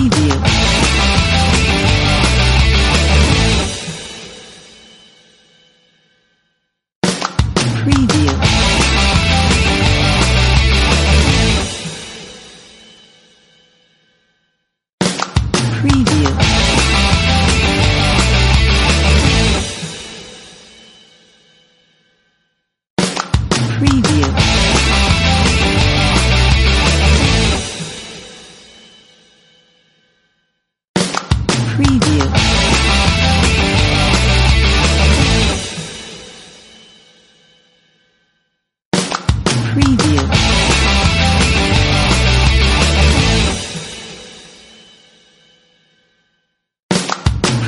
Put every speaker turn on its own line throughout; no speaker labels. Preview. Preview. Preview. Preview. Preview. Preview.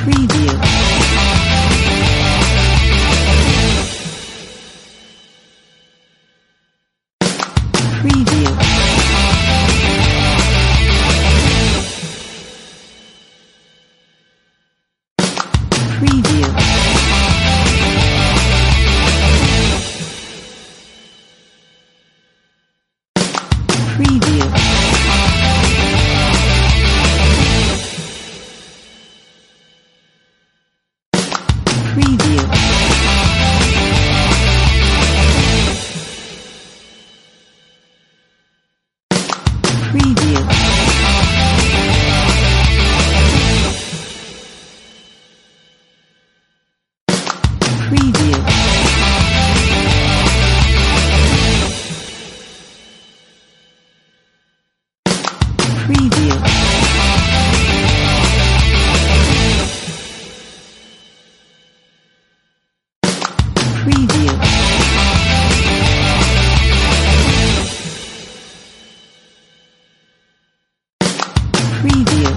Preview. Preview. Preview. Preview. Preview. Preview. Preview. Preview. Preview. Preview.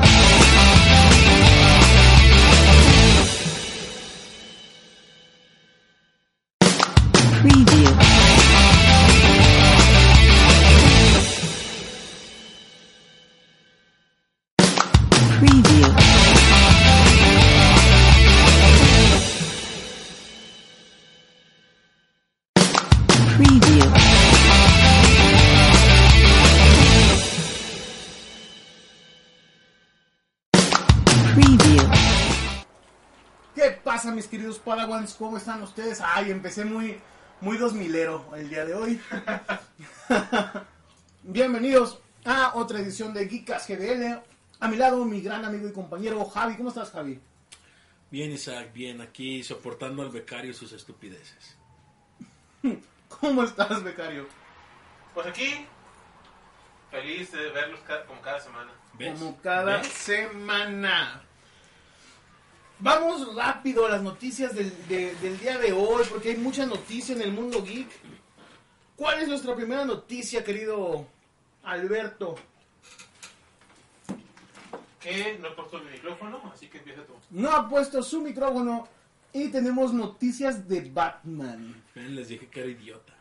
Preview. Preview. Preview. Preview.
¿Qué pasa mis queridos Padawans? ¿Cómo están ustedes? Ay, empecé muy, muy dos milero el día de hoy. Bienvenidos a otra edición de Geekas GDL. A mi lado mi gran amigo y compañero Javi. ¿Cómo estás Javi?
Bien, Isaac, bien, aquí soportando al becario y sus estupideces.
¿Cómo estás, becario?
Pues aquí, feliz de verlos ca- como cada semana.
¿Ves?
Como cada
¿Ves?
semana. Vamos rápido a las noticias del, de- del día de hoy, porque hay mucha noticia en el mundo geek. ¿Cuál es nuestra primera noticia, querido Alberto?
Que no he puesto el micrófono, así que empieza tú.
No ha puesto su micrófono y tenemos noticias de Batman.
Ven, les dije que era idiota.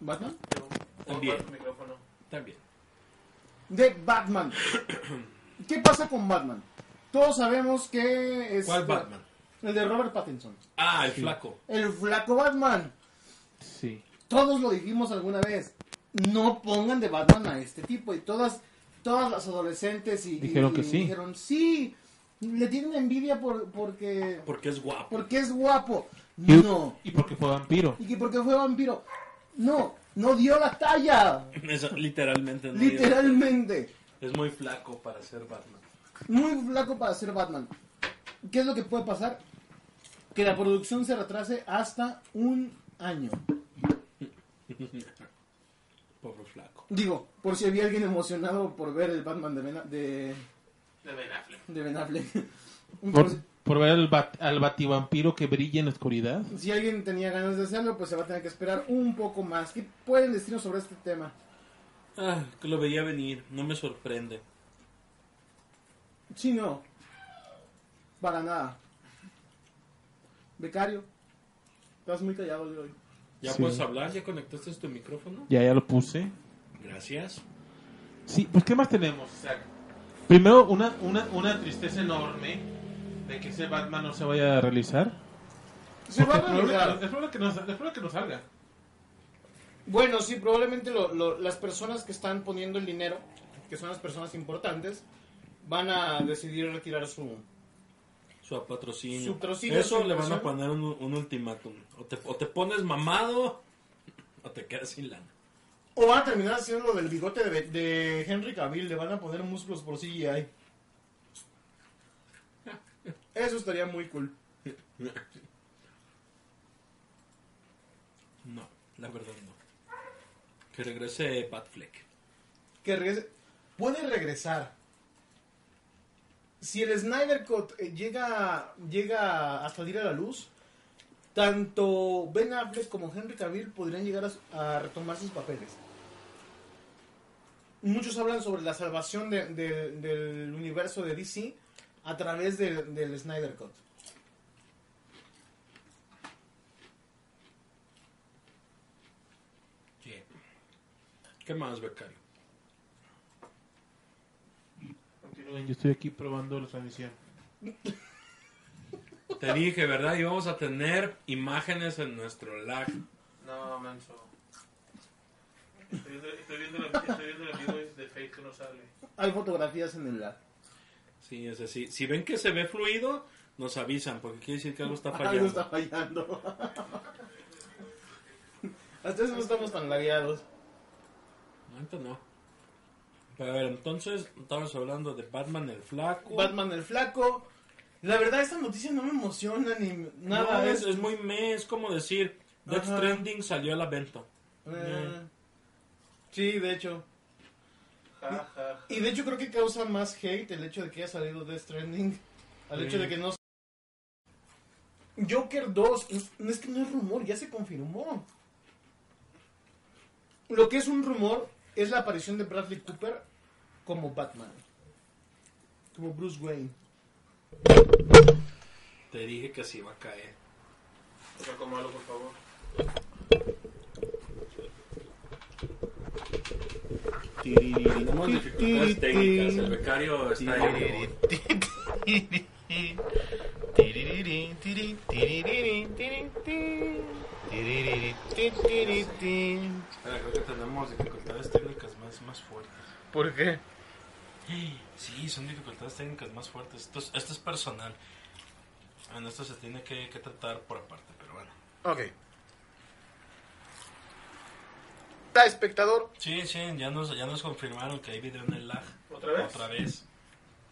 ¿Batman?
También.
Ocupas tu micrófono.
También.
De Batman. ¿Qué pasa con Batman? Todos sabemos que es...
¿Cuál Batman?
El de Robert Pattinson.
Ah, el flaco.
El flaco Batman.
Sí.
Todos lo dijimos alguna vez. No pongan de Batman a este tipo. Y todas, todas las adolescentes y,
Dijeron
y-
que sí.
Dijeron sí. Le tienen envidia por, porque,
Porque es guapo.
porque es guapo.
Y,
No.
y porque fue vampiro.
Y que porque fue vampiro. No, no dio la talla.
Eso, literalmente. ¿no?
Literalmente.
Es muy flaco para ser Batman.
Muy flaco para ser Batman. ¿Qué es lo que puede pasar? Que la producción se retrase hasta un año.
Pobre flaco.
Digo, por si había alguien emocionado por ver el Batman de Ben, de,
De Ben Affleck.
de Ben Affleck. Por si-
Por, por ver al, bat- al bativampiro que brilla en la oscuridad.
si alguien tenía ganas de hacerlo, pues se va a tener que esperar un poco más. ¿Qué pueden decirnos sobre este tema?
Ah, que lo veía venir. No me sorprende.
Sí, no. Para nada. Becario, estás muy callado el día de hoy.
¿Ya
Sí.
puedes hablar? ¿Ya conectaste tu micrófono?
Ya, ya lo puse.
Gracias.
Sí, pues ¿qué más tenemos? Isaac? Primero, una, una, una tristeza enorme de que ese Batman no se vaya a realizar.
Se va a
Porque es probable-
realizar.
Es probable que no, es probable que no salga.
Bueno, sí, probablemente lo- lo- las personas que están poniendo el dinero, que son las personas importantes, van a decidir retirar su...
Su patrocinio.
Su patrocinio,
Eso
su
le van a
patrocinio.
poner un, un ultimátum. O te, o te pones mamado o te quedas sin lana.
O van a terminar haciendo lo del bigote de, de Henry Cavill, le van a poner músculos por CGI. Eso estaría muy cool.
No, la verdad no. Que regrese Pat Fleck.
que regrese. Puede regresar. Si el Snyder Cut eh, llega, llega a salir a la luz, tanto Ben Affleck como Henry Cavill podrían llegar a su- a, retomar sus papeles. Muchos hablan sobre la salvación de- de- del universo de DC a través del- del Snyder Cut.
¿Qué más, becario?
Continúen, yo estoy aquí probando la transmisión.
Te dije, ¿verdad? Y vamos a tener imágenes en nuestro lag.
No, manso. Estoy viendo, estoy viendo, la- estoy viendo el video de Fate que no sale.
Hay fotografías en el lab.
Sí, es así. Si ven que se ve fluido, nos avisan, porque quiere decir que algo está fallando.
Algo está fallando. Hasta eso no estamos tan lagueados.
Ahorita no. Pero a ver, entonces, estábamos hablando de Batman el Flaco.
Batman el Flaco. La verdad, esta noticia no me emociona ni nada.
No,
es,
es, es muy me, es como decir, Death
Ajá.
Stranding salió a la venta.
Eh, Sí, de hecho.
Ja, ja, ja.
Y de hecho creo que causa más hate el hecho de que haya salido Death Stranding. Al hecho
Sí.
de que no... Joker 2. Es, no, es que no es rumor, ya se confirmó. Lo que es un rumor es la aparición de Bradley Cooper como Batman. Como Bruce Wayne.
Te dije que así iba a caer.
Saco malo, por favor.
Tenemos dificultades técnicas, el becario está ahí. Espera, creo que tenemos dificultades técnicas más, más fuertes.
¿Por qué?
Sí, son dificultades técnicas más fuertes. Esto es, esto es personal. Bueno, esto se tiene que, que tratar por aparte, pero bueno.
Ok. Ta espectador.
Sí, sí, ya nos, ya nos confirmaron que hay video en el lag.
¿Otra vez?
Otra vez.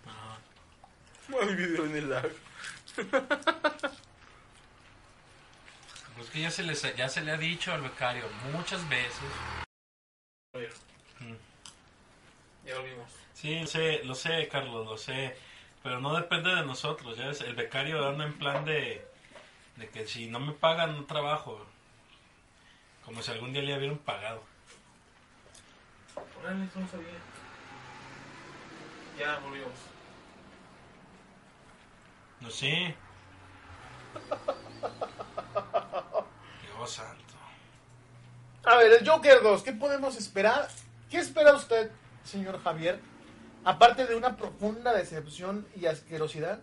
Ajá.
No hay video en el lag.
Pues que ya se, les, ya se le ha dicho al becario muchas veces.
Ya lo vimos.
Sí, lo sé, lo sé, Carlos, lo sé. Pero no depende de nosotros, ya ves, El becario anda en plan de, de que si no me pagan, no trabajo. Como si algún día le hubieran pagado.
Órale, eso no sabía. Ya volvimos.
No sé. Dios santo.
A ver, el Joker 2, ¿qué podemos esperar? ¿Qué espera usted, señor Javier? Aparte de una profunda decepción y asquerosidad,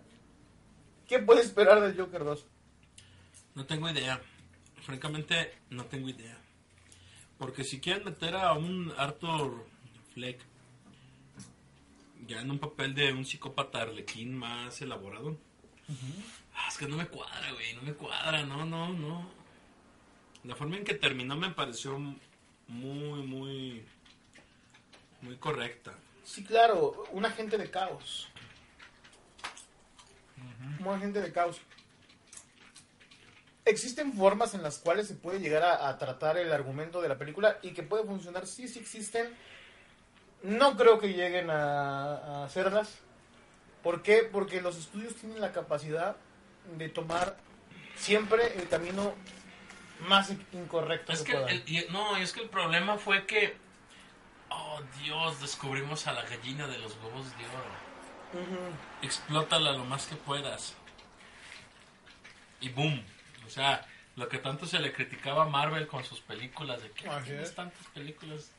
¿qué puede esperar del Joker 2?
No tengo idea. Francamente, no tengo idea. Porque si quieren meter a un Arthur Fleck ya en un papel de un psicópata arlequín más elaborado. Ah, Es que no me cuadra, güey. No me cuadra. No, no, no. La forma en que terminó me pareció muy, muy, muy correcta.
Sí, claro, un agente de caos. Un agente de caos. ¿Existen formas en las cuales se puede llegar a, a tratar el argumento de la película y que puede funcionar? Sí, sí existen. No creo que lleguen a, a hacerlas. ¿Por qué? Porque los estudios tienen la capacidad de tomar siempre el camino más incorrecto
Es
que
que
puedan.
el, y- no, es que el problema fue que, oh Dios, descubrimos a la gallina de los huevos de oro.
Ujú.
Explótala lo más que puedas. Y boom. O sea, lo que tanto se le criticaba a Marvel con sus películas, de que
Así
tienes
es.
tantas películas,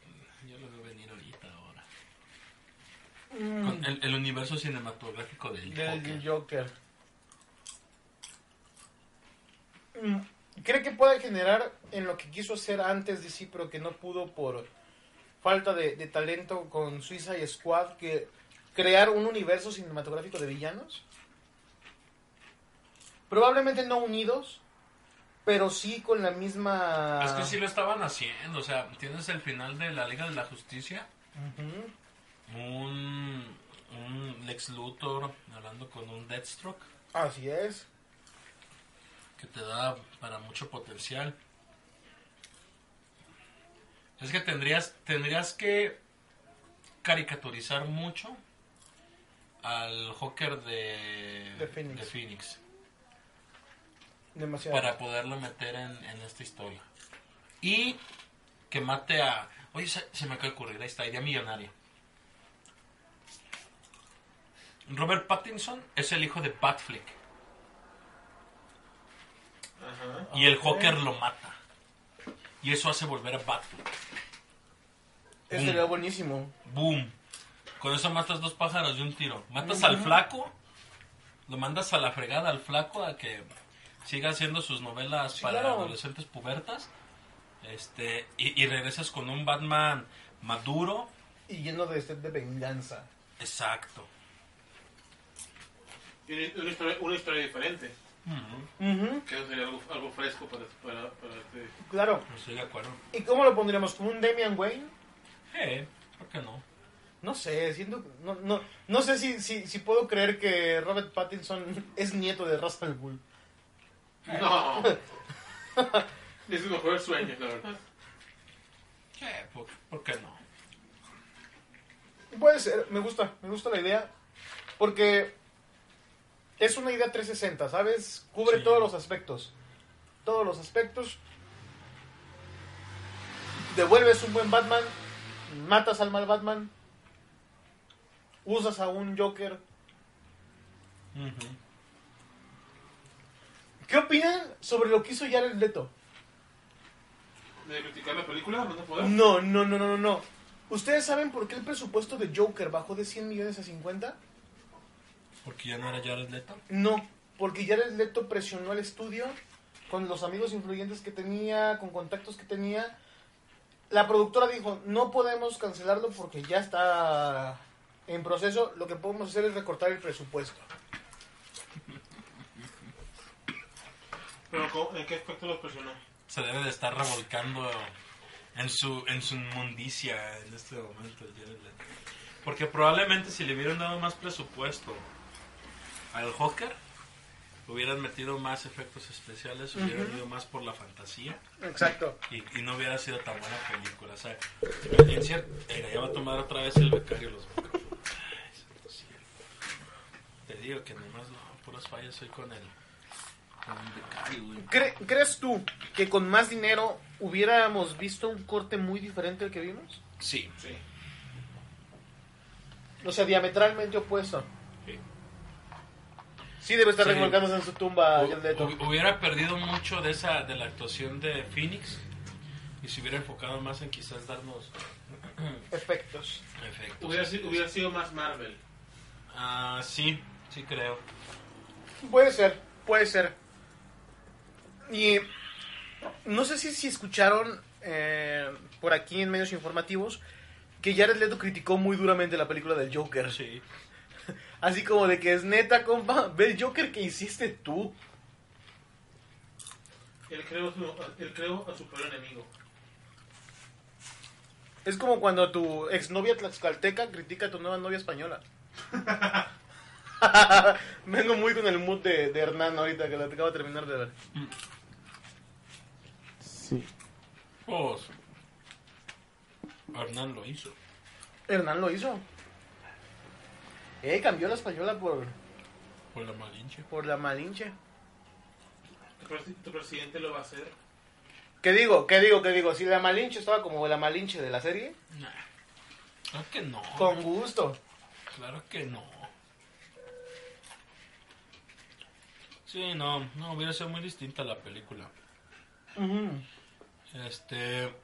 mm, yo lo veo venir ahorita ahora.
Mm.
Con el, el universo cinematográfico del, Joker.
del Joker. Mm, ¿Cree que puede generar en lo que quiso hacer antes DC, pero que no pudo por falta de, de talento con Suicide Squad? Que crear un universo cinematográfico de villanos. Probablemente no unidos, pero sí con la misma...
Es que sí lo estaban haciendo, o sea, tienes el final de la Liga de la Justicia,
Ujú.
un, un Lex Luthor hablando con un Deathstroke,
Así es.
que te da para mucho potencial. Es que tendrías, tendrías que caricaturizar mucho al Joker de,
De Phoenix.
de Phoenix
Demasiado.
para poderlo meter en, en esta historia. Y que mate a... Oye, se, se me acaba de ocurrir, ahí está, idea millonaria. Robert Pattinson es el hijo de Batfleck.
Ajá.
Y el Joker lo mata. Y eso hace volver a Batfleck.
Eso Este sería buenísimo.
¡Boom! Con eso matas dos pájaros de un tiro. Matas al flaco, lo mandas a la fregada al flaco a que siga haciendo sus novelas
Sí,
para
claro.
adolescentes pubertas. Este, y, y regresas con un Batman maduro.
Y lleno de, de venganza.
Exacto.
Y una, una historia, una historia diferente.
Ujú,
Ujú,
Que eso sería algo, algo fresco para, para, para este.
Claro.
Estoy de acuerdo.
¿Y cómo lo pondríamos? ¿Como un Damian Wayne?
Eh, ¿por qué no?
No sé, siento, no, no, no sé si, si, si puedo creer que Robert Pattinson es nieto de Ra's al Ghul.
No. es el mejor sueño, la verdad.
Eh, ¿por, por qué no?
Puede ser, me gusta, me gusta la idea. Porque es una idea 360, ¿sabes? Cubre
Sí.
todos los aspectos. Todos los aspectos. Devuelves un buen Batman, matas al mal Batman, usas a un Joker.
Ujú.
¿Qué opinan sobre lo que hizo Jared Leto?
De criticar la película, no te puedo.
No, no, no, no, no, no. ¿Ustedes saben por qué el presupuesto de Joker bajó de 100 millones a 50?
Porque ya no era Jared Leto.
No, porque Jared Leto presionó al estudio con los amigos influyentes que tenía, con contactos que tenía. La productora dijo, no podemos cancelarlo porque ya está en proceso. Lo que podemos hacer es recortar el presupuesto.
Pero ¿cómo- ¿en qué aspecto los presionó?
se debe de estar revolcando en su en su inmundicia en este momento el Jared Leto. Porque probablemente si le hubieran dado más presupuesto al Joker, hubieran metido más efectos especiales, hubieran ido más por la fantasía
Exacto.
y, y no hubiera sido tan buena película. O sea, en cier- Mira, ya va a tomar otra vez el becario los micrófonos. Ay, santo cielo. Te digo que nomás no, puras fallas soy con él. Con el becario, güey.
¿Cre- ¿Crees tú que con más dinero hubiéramos visto un corte muy diferente al que vimos?
Sí.
Sí.
O sea, diametralmente opuesto.
Sí.
Sí, debe estar
Sí.
revolcándose en su tumba Jared Leto.
Hu- Hubiera perdido mucho de esa de la actuación de Phoenix y se hubiera enfocado más en quizás darnos
Efectos.
efectos.
Hubiera, sido- hubiera sido más Marvel.
Ah, sí, sí creo.
Puede ser, puede ser. Y no sé si, si escucharon eh, por aquí en medios informativos que Jared Leto criticó muy duramente la película del Joker.
Sí.
Así como de que es neta, compa, ve el Joker que hiciste tú.
Él creó, su, él creó a su peor enemigo.
Es como cuando tu exnovia tlaxcalteca critica a tu nueva novia española. Vengo muy con el mood de, de Hernán ahorita que la acabo de terminar de ver.
Sí.
Pues Hernán lo hizo.
Hernán lo hizo. Eh, cambió la española por,
Fue la malinche.
por la malinche.
Tu, presi- tu presidente lo va a hacer.
¿Qué digo? ¿Qué digo? ¿Qué digo? Si la Malinche estaba como la Malinche de la serie,
Nah. Claro que no.
con gusto.
Claro que no. Sí, no, no hubiera sido muy distinta la película. Este,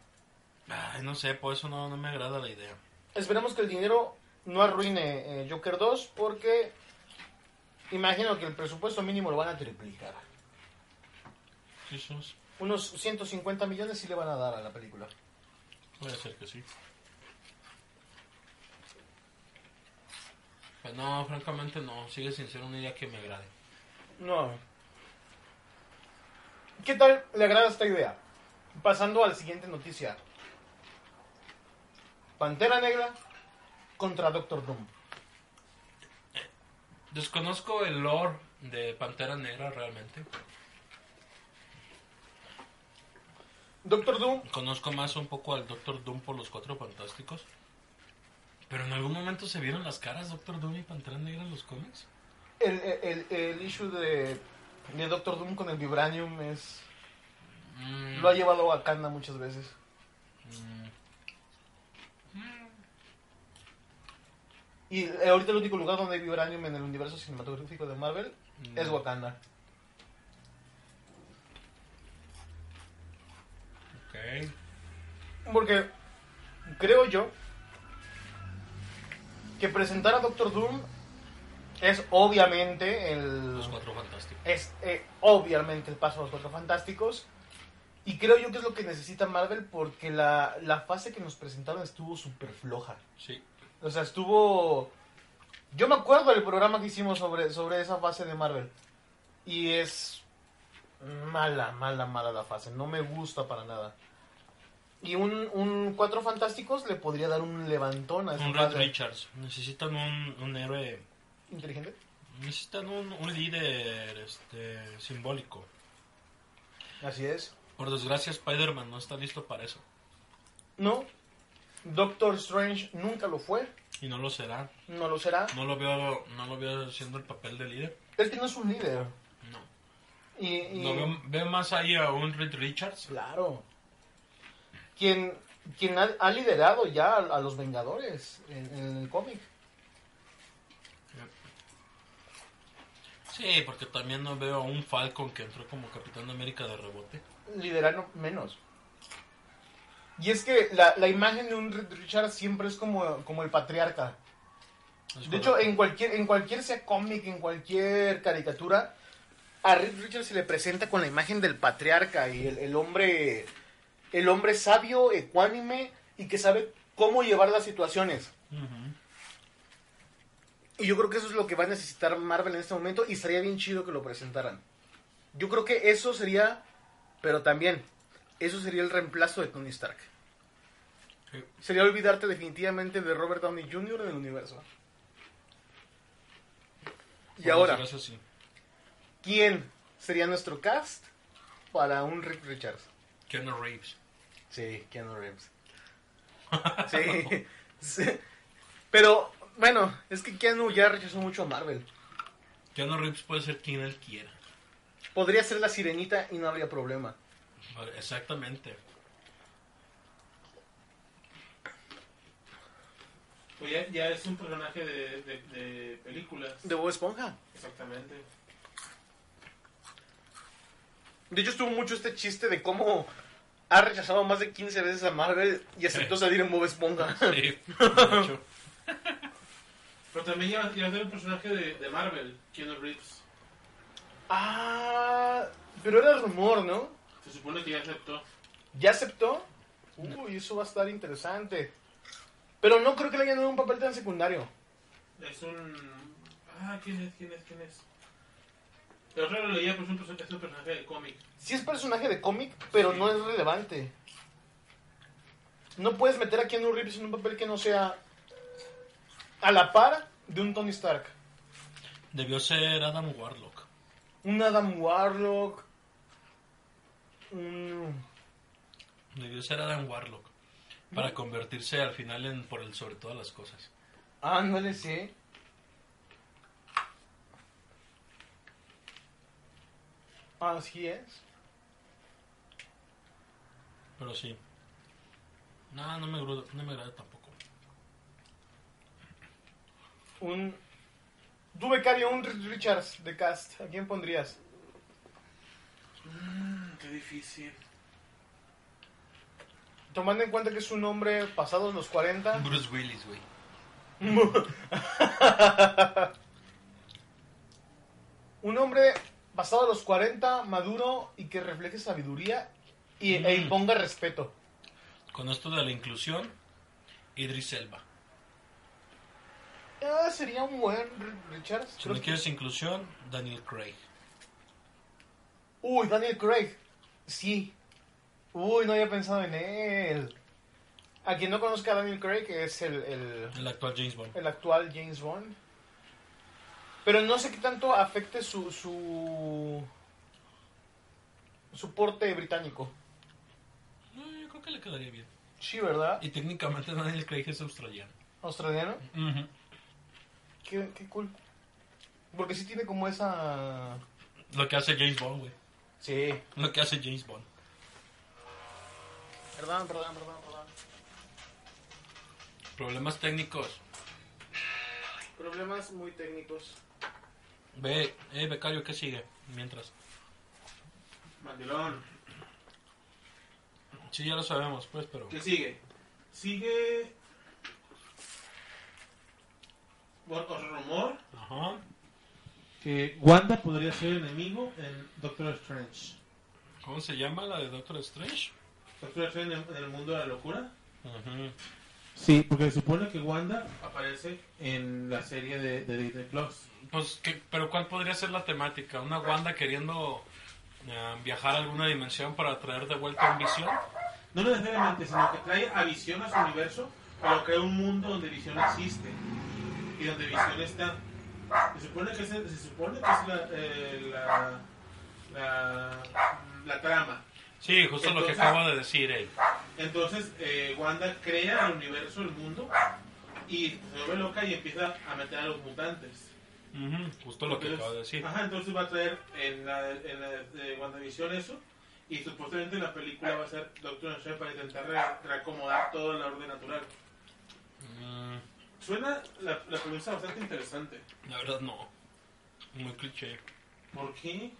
ay, no sé, por eso no, no me agrada la idea.
Esperemos que el dinero no arruine eh, Joker 2 porque imagino que el presupuesto mínimo lo van a triplicar.
Jesús.
Unos 150 millones sí le van a dar a la película.
Puede ser que sí. Pues no, francamente no, sigue sin ser una idea que me agrade.
No. ¿Qué tal le agrada esta idea? Pasando a la siguiente noticia. Pantera Negra contra Doctor Doom.
Desconozco el lore de Pantera Negra realmente.
Doctor Doom
Conozco más un poco al Doctor Doom por los Cuatro Fantásticos. Pero en algún momento se vieron las caras Doctor Doom y Pantera Negra en los cómics.
el, el, el issue de, de Doctor Doom con el Vibranium es
Mm,
lo ha llevado a Wakanda muchas veces. Y eh, ahorita el único lugar donde hay Vibranium en el universo cinematográfico de Marvel
No.
es Wakanda.
ok.
Porque creo yo que presentar a Doctor Doom es obviamente el...
Los Cuatro Fantásticos.
es eh, obviamente el paso a los Cuatro Fantásticos. Y creo yo que es lo que necesita Marvel porque la, la fase que nos presentaron estuvo súper floja.
Sí.
O sea, estuvo... Yo me acuerdo del programa que hicimos sobre, sobre esa fase de Marvel. Y es mala, mala, mala la fase. No me gusta para nada. Y un, un Cuatro Fantásticos le podría dar un levantón a esa
Un Red
fase.
Richards. Necesitan un, un héroe.
¿Inteligente?
Necesitan un, un líder este, simbólico.
Así es.
Por desgracia, Spider-Man no está listo para eso.
No. Doctor Strange nunca lo fue.
Y no lo será.
No lo será.
No lo veo, no lo veo haciendo el papel de líder.
Es que no es un líder.
No.
Y, y-
No, veo, veo más ahí a un Reed Richards.
Claro. Quien, quien ha, ha liderado ya a, a los Vengadores en, en el cómic.
Sí, porque también no veo a un Falcon que entró como Capitán de América de rebote.
Liderar no- menos. Y es que la, la imagen de un Reed Richards siempre es como, como el patriarca.
Es
De hecho,
correcto.
en cualquier, en cualquier sea cómic, en cualquier caricatura, a Reed Richards se le presenta con la imagen del patriarca y el, el hombre, el hombre sabio, ecuánime y que sabe cómo llevar las situaciones.
Ujú.
Y yo creo que eso es lo que va a necesitar Marvel en este momento y estaría bien chido que lo presentaran. Yo creo que eso sería, pero también, eso sería el reemplazo de Tony Stark.
Sí.
Sería olvidarte definitivamente de Robert Downey Jr. en el universo. Y
Por
ahora,
desgracia, sí.
¿quién sería nuestro cast para un Rick Richards?
Keanu Reeves.
Sí, Keanu Reeves. Sí, sí. Pero, bueno, es que Keanu ya rechazó mucho a Marvel.
Keanu Reeves puede ser quien él quiera.
Podría ser la sirenita y no habría problema.
Exactamente.
Pues ya, ya es un personaje de, de, de películas.
De Bob Esponja.
Exactamente.
De hecho, estuvo mucho este chiste de cómo ha rechazado más de 15 veces a Marvel y aceptó salir en Bob Esponja.
Sí, de hecho.
Pero también ya, ya va a ser un personaje de, de Marvel, Keanu Reeves.
Ah, pero era rumor, ¿no?
Se supone que ya aceptó.
¿Ya aceptó? Uy, eso va a estar interesante. Pero no creo que le hayan dado un papel tan secundario.
Es un... Ah, ¿quién es? ¿Quién es? ¿Quién es? Pero claro, lo leía, pues es un personaje, es un personaje de cómic.
Sí es personaje de cómic, pero no es relevante. No puedes meter a Keanu Reeves en un papel que no sea a la par de un Tony Stark.
Debió ser Adam Warlock.
Un Adam Warlock. un-
Debió ser Adam Warlock.
Mm.
Para convertirse al final en por el sobre todas las cosas.
ah, Ándale, sí. Así es.
Pero sí. No, no me, agru- no me agrada tampoco.
Un. Tu becario, un Reed Richards de cast. ¿A quién pondrías?
Mm, qué difícil.
Tomando en cuenta que es un hombre pasados los 40.
Bruce Willis, güey.
Un hombre pasado los 40, maduro y que refleje sabiduría y, e
Mm.
imponga respeto.
Con esto de la inclusión, Idris Elba.
Ah, sería un buen R- Richards.
Si
Creo
no
que-
quieres inclusión, Daniel Craig.
Uy, Daniel Craig. Sí. Uy, no había pensado en él. A quien no conozca a Daniel Craig es el, el,
El actual James Bond.
el actual James Bond. Pero no sé qué tanto afecte su su, su porte británico.
No, yo creo que le quedaría bien.
Sí, ¿verdad?
Y técnicamente Daniel Craig es australiano.
Australiano.
Ujú.
Qué, qué cool. Porque sí tiene como esa...
Lo que hace James Bond, güey.
Sí.
Lo que hace James Bond.
Perdón, perdón, perdón, perdón.
Problemas técnicos.
Problemas muy técnicos.
Ve, eh, becario, ¿qué sigue? Mientras.
Mandilón.
Sí, ya lo sabemos, pues, pero.
¿Qué sigue? Sigue. Por otro rumor.
Ajá.
Que Wanda podría ser enemigo en Doctor Strange.
¿Cómo se llama la de Doctor Strange?
¿Doctor Strange en el- en el mundo de la locura?
Ajá.
Sí, porque se supone que Wanda aparece en la serie de, de Disney Plus.
Pues, ¿qué- pero ¿cuál podría ser la temática? ¿Una Wanda queriendo eh, viajar a alguna dimensión para traer de vuelta un visión?
No necesariamente, sino que trae a Visión a su universo, pero crea un mundo donde Visión existe y donde Visión está. Se supone que, ese- se supone que es la, eh, la, la, la trama.
Sí, justo lo que
Entonces-
acaba de decir él.
Entonces eh, Wanda crea el universo, el mundo, y se vuelve loca y empieza a meter a los mutantes.
Ujú, Justo Pues lo que
Entonces-
acaba de decir.
Ajá, entonces va a traer en la, en la de WandaVision eso. Y supuestamente la película va a ser Doctor Strange para intentar re- reacomodar todo el orden natural.
Mm,
Suena la, la premisa bastante interesante.
la verdad, no. Muy cliché.
¿Por qué?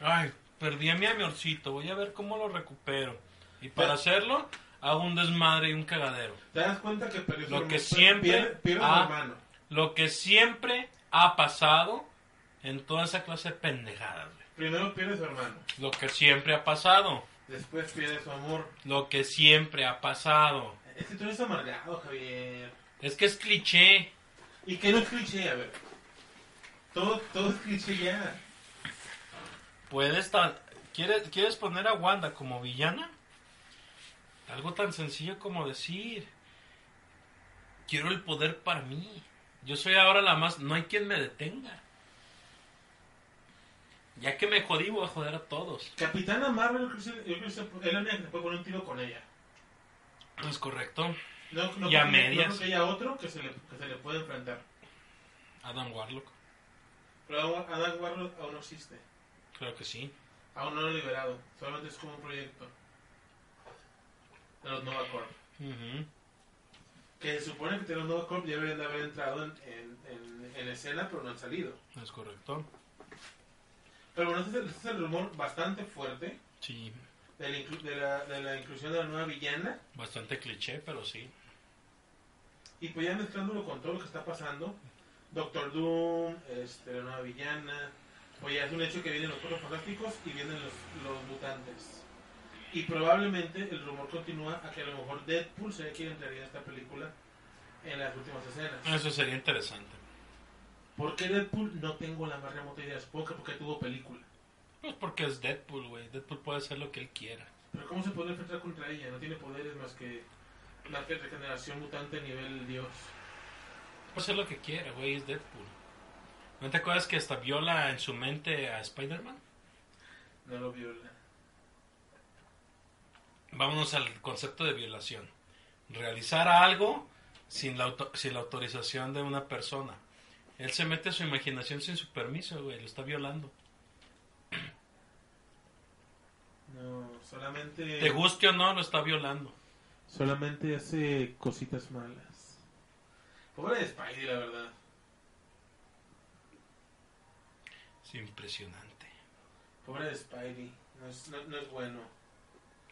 Ay, perdí a mi amorcito. Voy a ver cómo lo recupero. Y para hacerlo, hago un desmadre y un cagadero.
¿Te das cuenta que perdió su
Lo
hermano?
que siempre
Pierde, pierde su
ha-
hermano.
Lo que siempre ha pasado en toda esa clase de pendejadas. güey.
Primero pierde su hermano.
Lo que siempre ha pasado.
Después pierde su amor.
Lo que siempre ha pasado.
Es que tú eres amargado, Javier.
Es que es cliché.
¿Y qué no es cliché? A ver. Todo, todo es cliché ya.
Puedes tan... ¿Quieres, ¿Quieres poner a Wanda como villana? Algo tan sencillo como decir, quiero el poder para mí. Yo soy ahora la más... No hay quien me detenga. Ya que me jodí, voy a joder a todos.
Capitana Marvel, yo creo que se- yo creo que se- es la única que se puede poner un tiro con ella.
Es correcto.
No, no
Y a
creo que-
medias.
No creo que haya otro que se le, que se le pueda enfrentar.
Adam Warlock.
Pero Adam- Adam Warlock aún no existe.
Creo que sí.
Aún no lo he liberado. Solamente es como un proyecto. De los Nova Corp.
Ujú.
Que se supone que de los Nova Corp ya deberían de haber entrado en, en, en- en escena, pero no han salido.
Es correcto.
Pero bueno, este es el, este es el rumor bastante fuerte
Sí.
de la, inclu- de, la, de la inclusión de la nueva villana.
Bastante cliché, pero sí.
Y pues ya mezclándolo con todo lo que está pasando, Doctor Doom, este, la nueva villana, pues ya es un hecho que vienen los cuatro fantásticos y vienen los, los mutantes. Y probablemente el rumor continúa a que a lo mejor Deadpool sería quien entraría en esta película en las últimas escenas.
Eso sería interesante.
¿Por qué Deadpool? No tengo la más remota idea, supongo que porque tuvo película.
Pues porque es Deadpool, güey. Deadpool puede hacer lo que él quiera.
Pero ¿cómo se puede enfrentar contra ella? No tiene poderes más que, más que regeneración mutante a nivel dios.
Puede hacer lo que quiera, güey, es Deadpool. ¿No te acuerdas que hasta viola en su mente a Spider-Man?
No lo viola.
Vámonos al concepto de violación. Realizar algo sin la, auto- sin la autorización de una persona. Él se mete a su imaginación sin su permiso, güey, lo está violando.
No, solamente...
Te guste o no, lo está violando.
Solamente hace cositas malas. Pobre de Spidey, la verdad.
Es impresionante.
Pobre de Spidey. No es, no- no es bueno.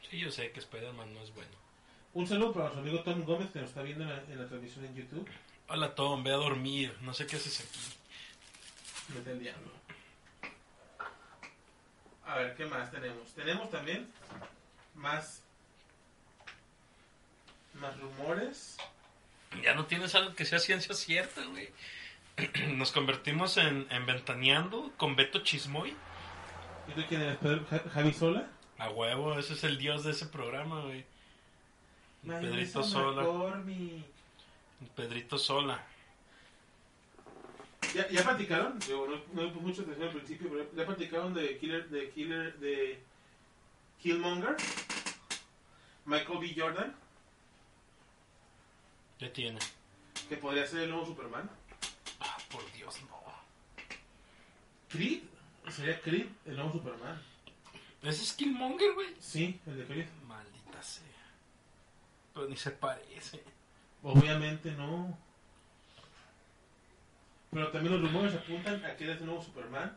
Sí, yo sé que Spider-Man no es bueno.
Un saludo para nuestro amigo Tom Gómez que nos está viendo en la, en la transmisión en YouTube.
Hola Tom, ve a dormir. No sé qué haces aquí.
Mete el diablo. A ver, ¿qué más tenemos? Tenemos también más, más rumores
Ya no tienes algo que sea ciencia cierta, güey. Nos convertimos en, en Ventaneando con Beto Chismoy.
¿Y tú quién eres? Pedro- Ja- ¿Javi Sola?
A huevo, ese es el dios de ese programa, güey. Pedrito
Mayonesa
Sola.
McCormick.
Pedrito Sola.
¿Ya, ya platicaron? Digo, no, no le puse mucha atención al principio, pero ¿ya platicaron de Killer, de Killer, de Killmonger? Michael B. Jordan,
¿Qué tiene?
que podría ser el nuevo Superman.
Ah, por Dios, no.
Creed, sería Creed el nuevo Superman.
Ese es Killmonger, güey.
Sí, el de Creed.
Maldita sea. Pero ni se parece.
Obviamente no. Pero también los rumores apuntan a que eres el nuevo Superman.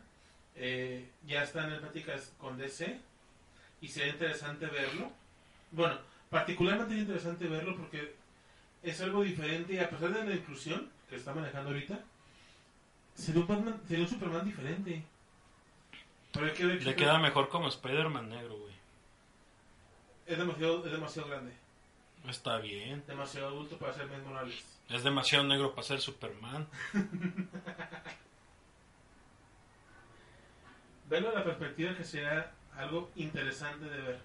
Eh, ya están en pláticas con DC y sería interesante verlo. Bueno, particularmente es interesante verlo porque es algo diferente y a pesar de la inclusión que está manejando ahorita, sería un, Batman- sería un Superman diferente. Pero hay que ver
Le
que-
queda mejor como Spider-Man negro, güey.
es, demasiado, es demasiado grande,
Está bien.
demasiado adulto para ser Ben Morales.
Es demasiado negro para ser Superman.
verlo de la perspectiva que será algo interesante de ver.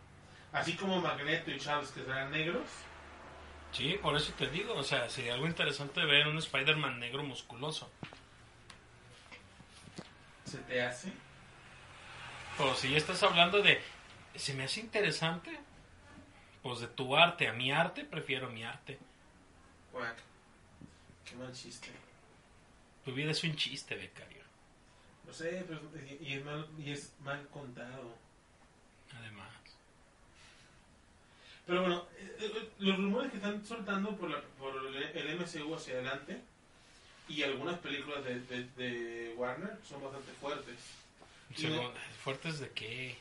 Así como Magneto y Charles que serán negros,
Sí, por eso te digo. O sea, sería algo interesante ver un Spider-Man negro musculoso.
se te hace.
Pero si ya estás hablando de, se me hace interesante, pues de tu arte a mi arte, prefiero mi arte.
Guac. Qué mal chiste.
Tu vida es un chiste, becario.
No sé, pues, y, y es mal, y es mal contado.
Además.
Pero bueno, eh, eh, los rumores que están soltando por, la- por el MCU hacia adelante y algunas películas de, de- de Warner son bastante fuertes. Y no-
Según- ¿Fuertes de qué?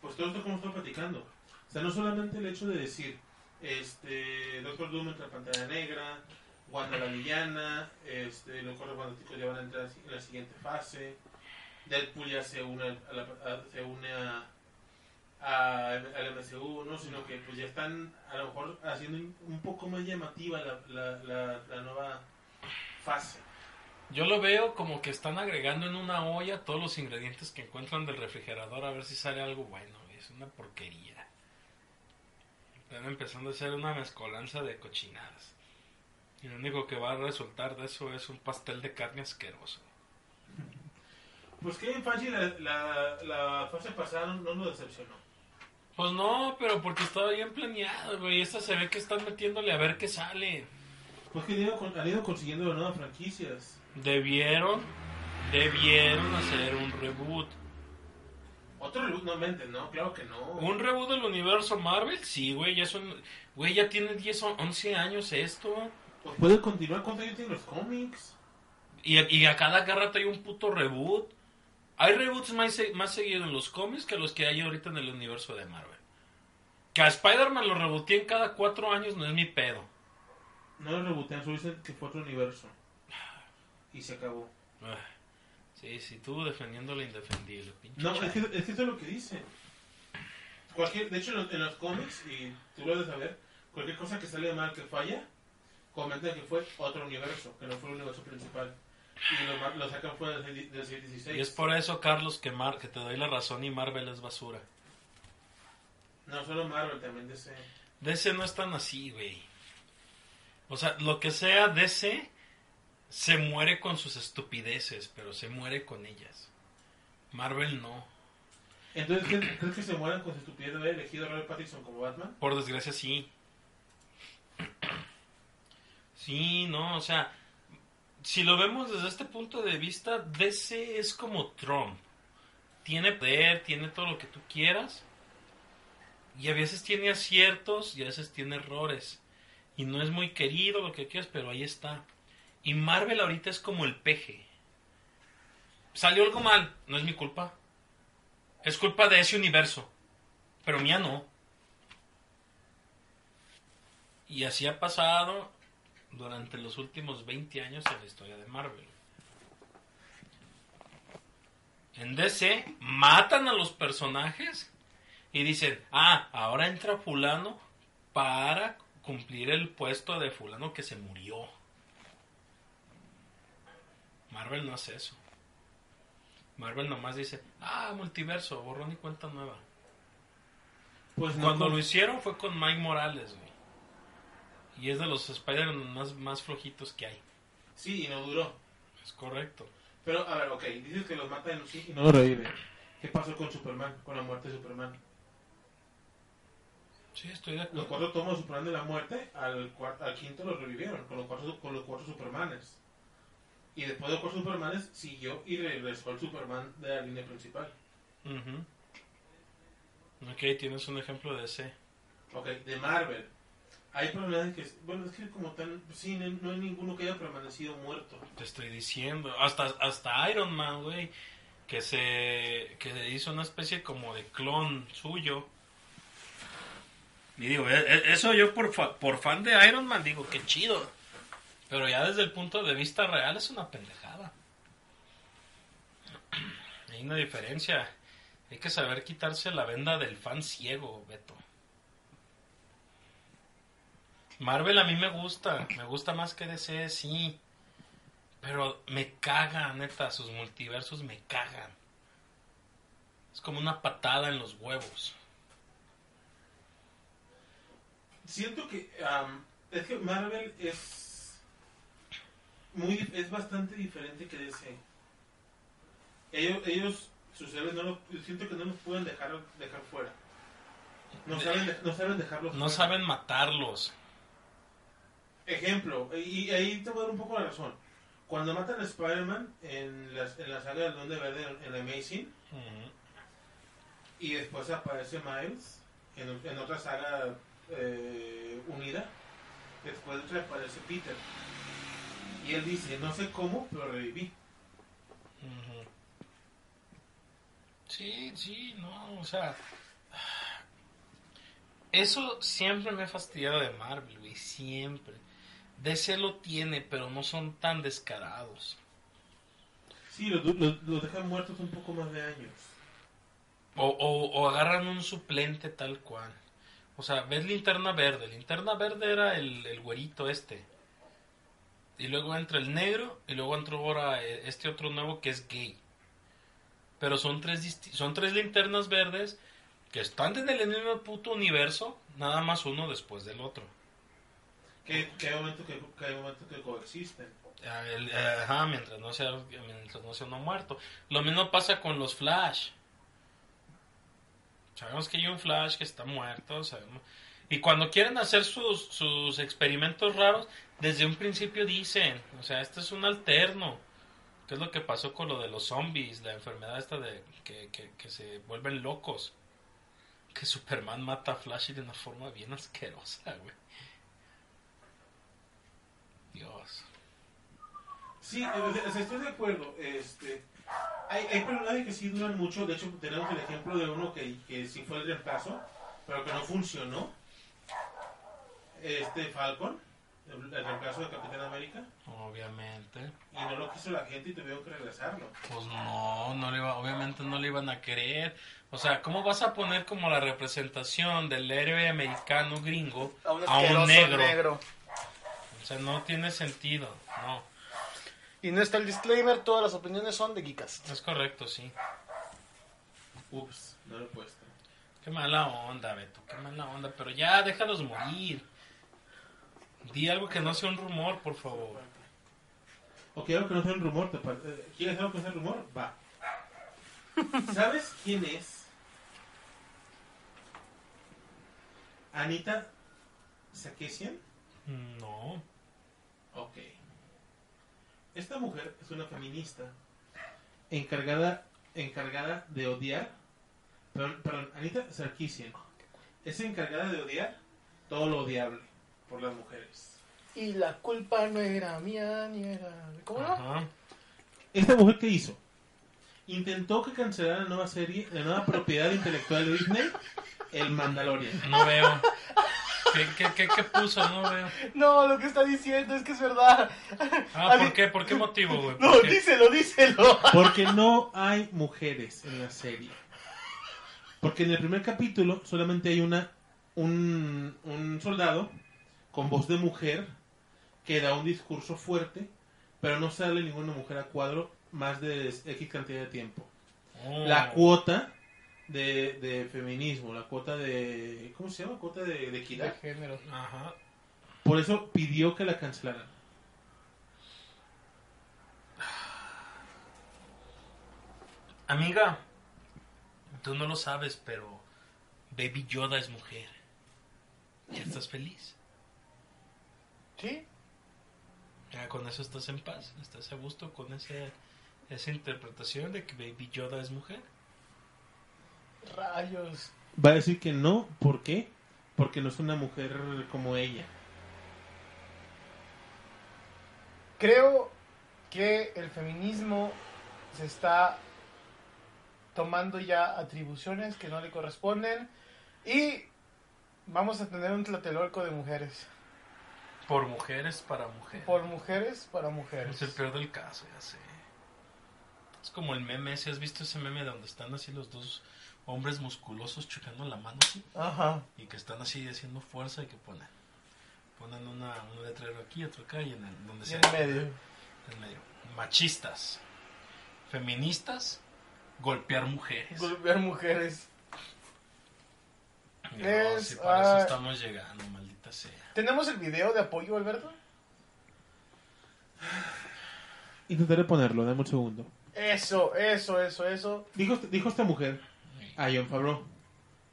Pues todo esto como estoy platicando. O sea, no solamente el hecho de decir, este, Doctor Doom entre la Pantera Negra, Wanda la villana, este, los cuatro fantásticos ya van a entrar en la siguiente fase, Deadpool ya se une, a la- a- se une a, a- al MCU, ¿no? Sino que pues ya están a lo mejor haciendo un- un poco más llamativa la, la- la- la nueva fase.
Yo lo veo como que están agregando en una olla todos los ingredientes que encuentran del refrigerador a ver si sale algo bueno. Es una porquería. Están empezando a hacer una mezcolanza de cochinadas. Y lo único que va a resultar de eso es un pastel de carne asqueroso.
Pues Kevin Feige la, la, la fase pasada no, no nos decepcionó.
Pues no, pero porque estaba bien planeado, güey. Esta se ve que están metiéndole a ver qué sale.
Pues que han ido, con- han ido consiguiendo nuevas franquicias.
Debieron, debieron hacer un reboot.
Otro reboot no mente, no, claro que no.
¿Un reboot del universo Marvel? Sí, güey, ya son... Güey, ya tiene 10 o 11 años esto.
Pues puede continuar con años tienen los cómics.
Y, y a cada rato hay un puto reboot. Hay reboots más, se- más seguidos en los cómics que los que hay ahorita en el universo de Marvel. Que a Spider-Man lo reboteen cada cuatro años no es mi pedo.
No lo rebotean, solo dicen que fue otro universo. Y se acabó.
Ah, Sí, sí, tú defendiendo lo indefendible, pinche
No,
chato.
es que, es que eso es lo que dice. Cualquier, de hecho, en los, en los cómics, y tú lo debes saber, cualquier cosa que sale mal que falla, comentan que fue otro universo, que no fue el universo principal. Y lo, ma- lo sacan fuera del 6 del 616.
Y es por eso, Carlos, que, Mar- que te doy la razón y Marvel es basura.
No solo Marvel, también DC.
DC no es tan así, güey. O sea, lo que sea DC se muere con sus estupideces, pero se muere con ellas. Marvel no.
Entonces, ¿crees, crees que se mueran con su estupidez de haber elegido a Robert Pattinson como Batman?
Por desgracia, sí. Sí, no, o sea, si lo vemos desde este punto de vista, DC es como Trump. Tiene poder, tiene todo lo que tú quieras. Y a veces tiene aciertos y a veces tiene errores. Y no es muy querido lo que quieras, pero ahí está. Y Marvel ahorita es como el peje. Salió algo mal, no es mi culpa. Es culpa de ese universo. Pero mía no. Y así ha pasado durante los últimos 20 años en la historia de Marvel. En DC matan a los personajes y dicen, ah, ahora entra fulano para cumplir el puesto de fulano que se murió. Marvel no hace eso. Marvel nomás dice, ah, multiverso, borrón y cuenta nueva.
Pues no,
Cuando
con-
lo hicieron fue con Mike Morales, güey. Y es de los Spider-Man más, más flojitos que hay.
Sí, y no duró.
Es correcto.
Pero, a ver, ok, dices que los mata en sí y no los revive. ¿Qué pasó con Superman? Con la muerte de Superman.
Sí, estoy de
Los
acuerdo.
cuatro tomos de Superman de la muerte, al, cuar- al quinto los revivieron, con los, cuatro, con los cuatro Supermanes. Y después de los cuatro Supermanes, siguió y regresó el Superman de la línea principal.
Ujú. Ok, tienes un ejemplo de ese.
Ok, de Marvel. Hay personajes que, bueno, es que como tan, sí, no- no hay ninguno que haya permanecido muerto.
Te estoy diciendo. Hasta, hasta Iron Man, güey. Que se, que se hizo una especie como de clon suyo. Y digo, e- e- eso yo por, fa- por fan de Iron Man digo, qué chido. Pero ya desde el punto de vista real es una pendejada. Hay una diferencia. Hay que saber quitarse la venda del fan ciego, Beto. Marvel a mí me gusta. Me gusta más que DC, sí. Pero me caga, neta, sus multiversos me cagan. Es como una patada en los huevos.
Siento que, am, es que Marvel es, muy, es bastante diferente que DC. Ellos, ellos sus héroes, no los- siento que no los pueden dejar, dejar fuera. No saben, de- no saben dejarlos
No
fuera.
saben matarlos.
Ejemplo, y y ahí te voy a dar un poco la razón. Cuando matan a Spider-Man en la, en la saga del Duende Verde en, en Amazing, y después aparece Miles en, en otra saga eh, unida, después reaparece Peter. Y él dice, no sé cómo, pero reviví.
Ujú. Sí, sí, no, o sea... Eso siempre me ha fastidiado de Marvel, güey, siempre. DC lo tiene, pero no son tan descarados.
Sí, los du- los- los dejan muertos un poco más de años.
O, o, o agarran un suplente tal cual. O sea, ves linterna verde. Linterna verde era el, el güerito este. Y luego entra el negro. Y luego entra ahora eh, este otro nuevo que es gay. Pero son tres, disti- son tres linternas verdes que están en el mismo puto universo. Nada más uno después del otro.
Que, que hay momentos que, que hay momentos que coexisten.
Ah, el- ajá, mientras no, sea, mientras no sea uno muerto. Lo mismo pasa con los Flash. Sabemos que hay un Flash que está muerto, sabemos. Y cuando quieren hacer sus, sus experimentos raros, desde un principio dicen, o sea, este es un alterno. ¿Qué es lo que pasó con lo de los zombies? La enfermedad esta de que, que- que se vuelven locos. Que Superman mata a Flash de una forma bien asquerosa, güey. Dios.
Sí, eh, o sea, estoy de acuerdo. Este, hay, hay personajes que sí duran mucho. De hecho, tenemos el ejemplo de uno que, que sí fue el reemplazo, pero que no funcionó. Este Falcon, el, el reemplazo de Capitán América,
Obviamente.
y no lo quiso la gente y tuvieron que regresarlo.
Pues no, no le iba, obviamente no le iban a querer. O sea, ¿cómo vas a poner como la representación del héroe americano gringo a un,
asqueroso
negro? O sea, no tiene sentido, no.
Y no está el disclaimer, todas las opiniones son de Geekast.
Es correcto, sí.
Ups, no lo he puesto.
Qué mala onda, Beto, qué mala onda. Pero ya, déjalos morir. Di algo que no sea un rumor, por favor.
O quiero que no sea un rumor. Te pa- eh, ¿Quieres algo que sea un rumor? Va. ¿Sabes quién es? Anita Sarkeesian.
No.
Ok. Esta mujer es una feminista encargada, encargada de odiar. Perdón, perdón, Anita Sarkeesian es encargada de odiar todo lo odiable por las mujeres.
Y la culpa no era mía ni era. ¿Cómo no?
Ajá.
¿Esta mujer qué hizo? Intentó que cancelara la nueva serie, la nueva propiedad intelectual de Disney, El Mandalorian.
No veo. ¿Qué, qué, qué, qué puso? No veo.
No, lo que está diciendo es que es verdad.
Ah, ¿por
Así-
qué? ¿Por qué motivo, güey? ¿Por
No,
qué?
díselo, díselo.
Porque no hay mujeres en la serie. Porque en el primer capítulo solamente hay una un, un soldado con voz de mujer que da un discurso fuerte, pero no sale ninguna mujer a cuadro más de X cantidad de tiempo.
Oh.
La cuota de, de feminismo, la cuota de... ¿Cómo se llama? Cuota de, de
de
equidad.
género.
Ajá.
Por eso pidió que la cancelaran.
Amiga, tú no lo sabes, pero Baby Yoda es mujer. ¿Ya estás feliz?
Sí,
Ya con eso estás en paz, estás a gusto con ese, esa interpretación de que Baby Yoda es mujer.
rayos.
Va a decir que no, ¿por qué? Porque no es una mujer como ella.
Creo que el feminismo se está tomando ya atribuciones que no le corresponden y vamos a tener un tlatelolco de mujeres.
Por mujeres para mujeres.
Por mujeres para
Es el
mujeres.
peor del caso, ya sé. Es como el meme, si has visto ese meme donde están así los dos hombres musculosos chocando la mano así,
Ajá.
y que están así haciendo fuerza y que ponen, ponen una, un letrero aquí, otro acá y en el, donde
Y
sea,
en medio.
en medio. Machistas, feministas, golpear mujeres.
Golpear mujeres.
No,
Es,
si para eso
ah,
estamos llegando, maldita sea.
¿Tenemos el video de apoyo, Alberto?
Intentaré ponerlo, dame un segundo.
Eso, eso, eso, eso.
Dijo, dijo esta mujer a John Favreau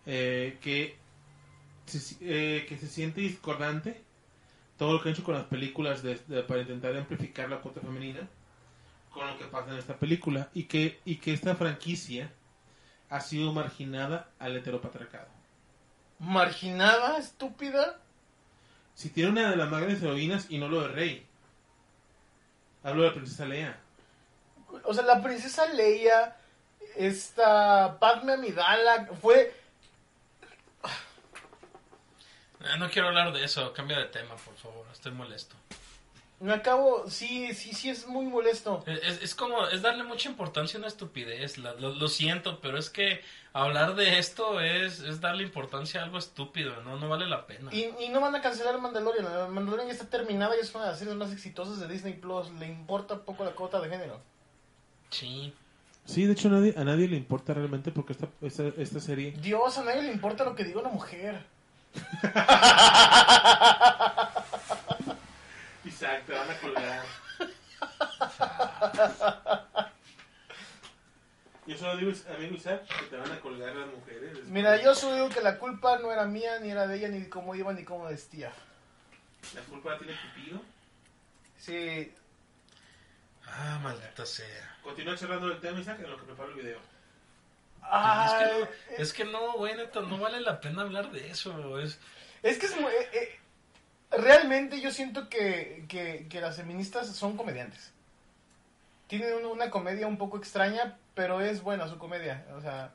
eh, que, se, si- eh, que se siente discordante todo lo que han hecho con las películas de- de- para intentar amplificar la cuota femenina con lo que pasa en esta película y que, y que esta franquicia ha sido marginada al heteropatriarcado.
Marginada, estúpida.
Si tiene una de las grandes heroínas y no lo de Rey. Hablo de la princesa Lea.
O sea, la princesa Leia, esta Padme Amidala, fue...
Ah, No quiero hablar de eso, cambia de tema, por favor, estoy molesto.
Me acabo, sí, sí, sí, es muy molesto.
Eh, Es, es como, es darle mucha importancia a una estupidez, la- lo, lo siento, pero es que hablar de esto es, es darle importancia a algo estúpido, no, no vale la pena.
Y, y no van a cancelar Mandalorian. La Mandalorian ya está terminada y es una de las series más exitosas de Disney Plus. Le importa poco la cuota de género.
Sí,
Sí, de hecho nadie, a nadie le importa realmente porque esta, esta, esta serie
Dios, a nadie le importa lo que diga una mujer.
Isaac, te van a colgar. Yo solo digo, amigo Isaac, que te van a colgar las mujeres.
Mira, yo solo digo que la culpa no era mía, ni era de ella, ni de cómo iba, ni cómo vestía.
La culpa la tiene Cupido.
Sí,
ah, maldita sea.
Continúa charlando del tema, Isaac, en lo que preparo el video.
Ah,
Pues es, que no, es que no, güey, neta, no vale la pena hablar de eso, es,
es que es muy- eh, eh, realmente yo siento que, que- que las feministas son comediantes. Tienen un- una comedia un poco extraña, pero es buena su comedia. O sea,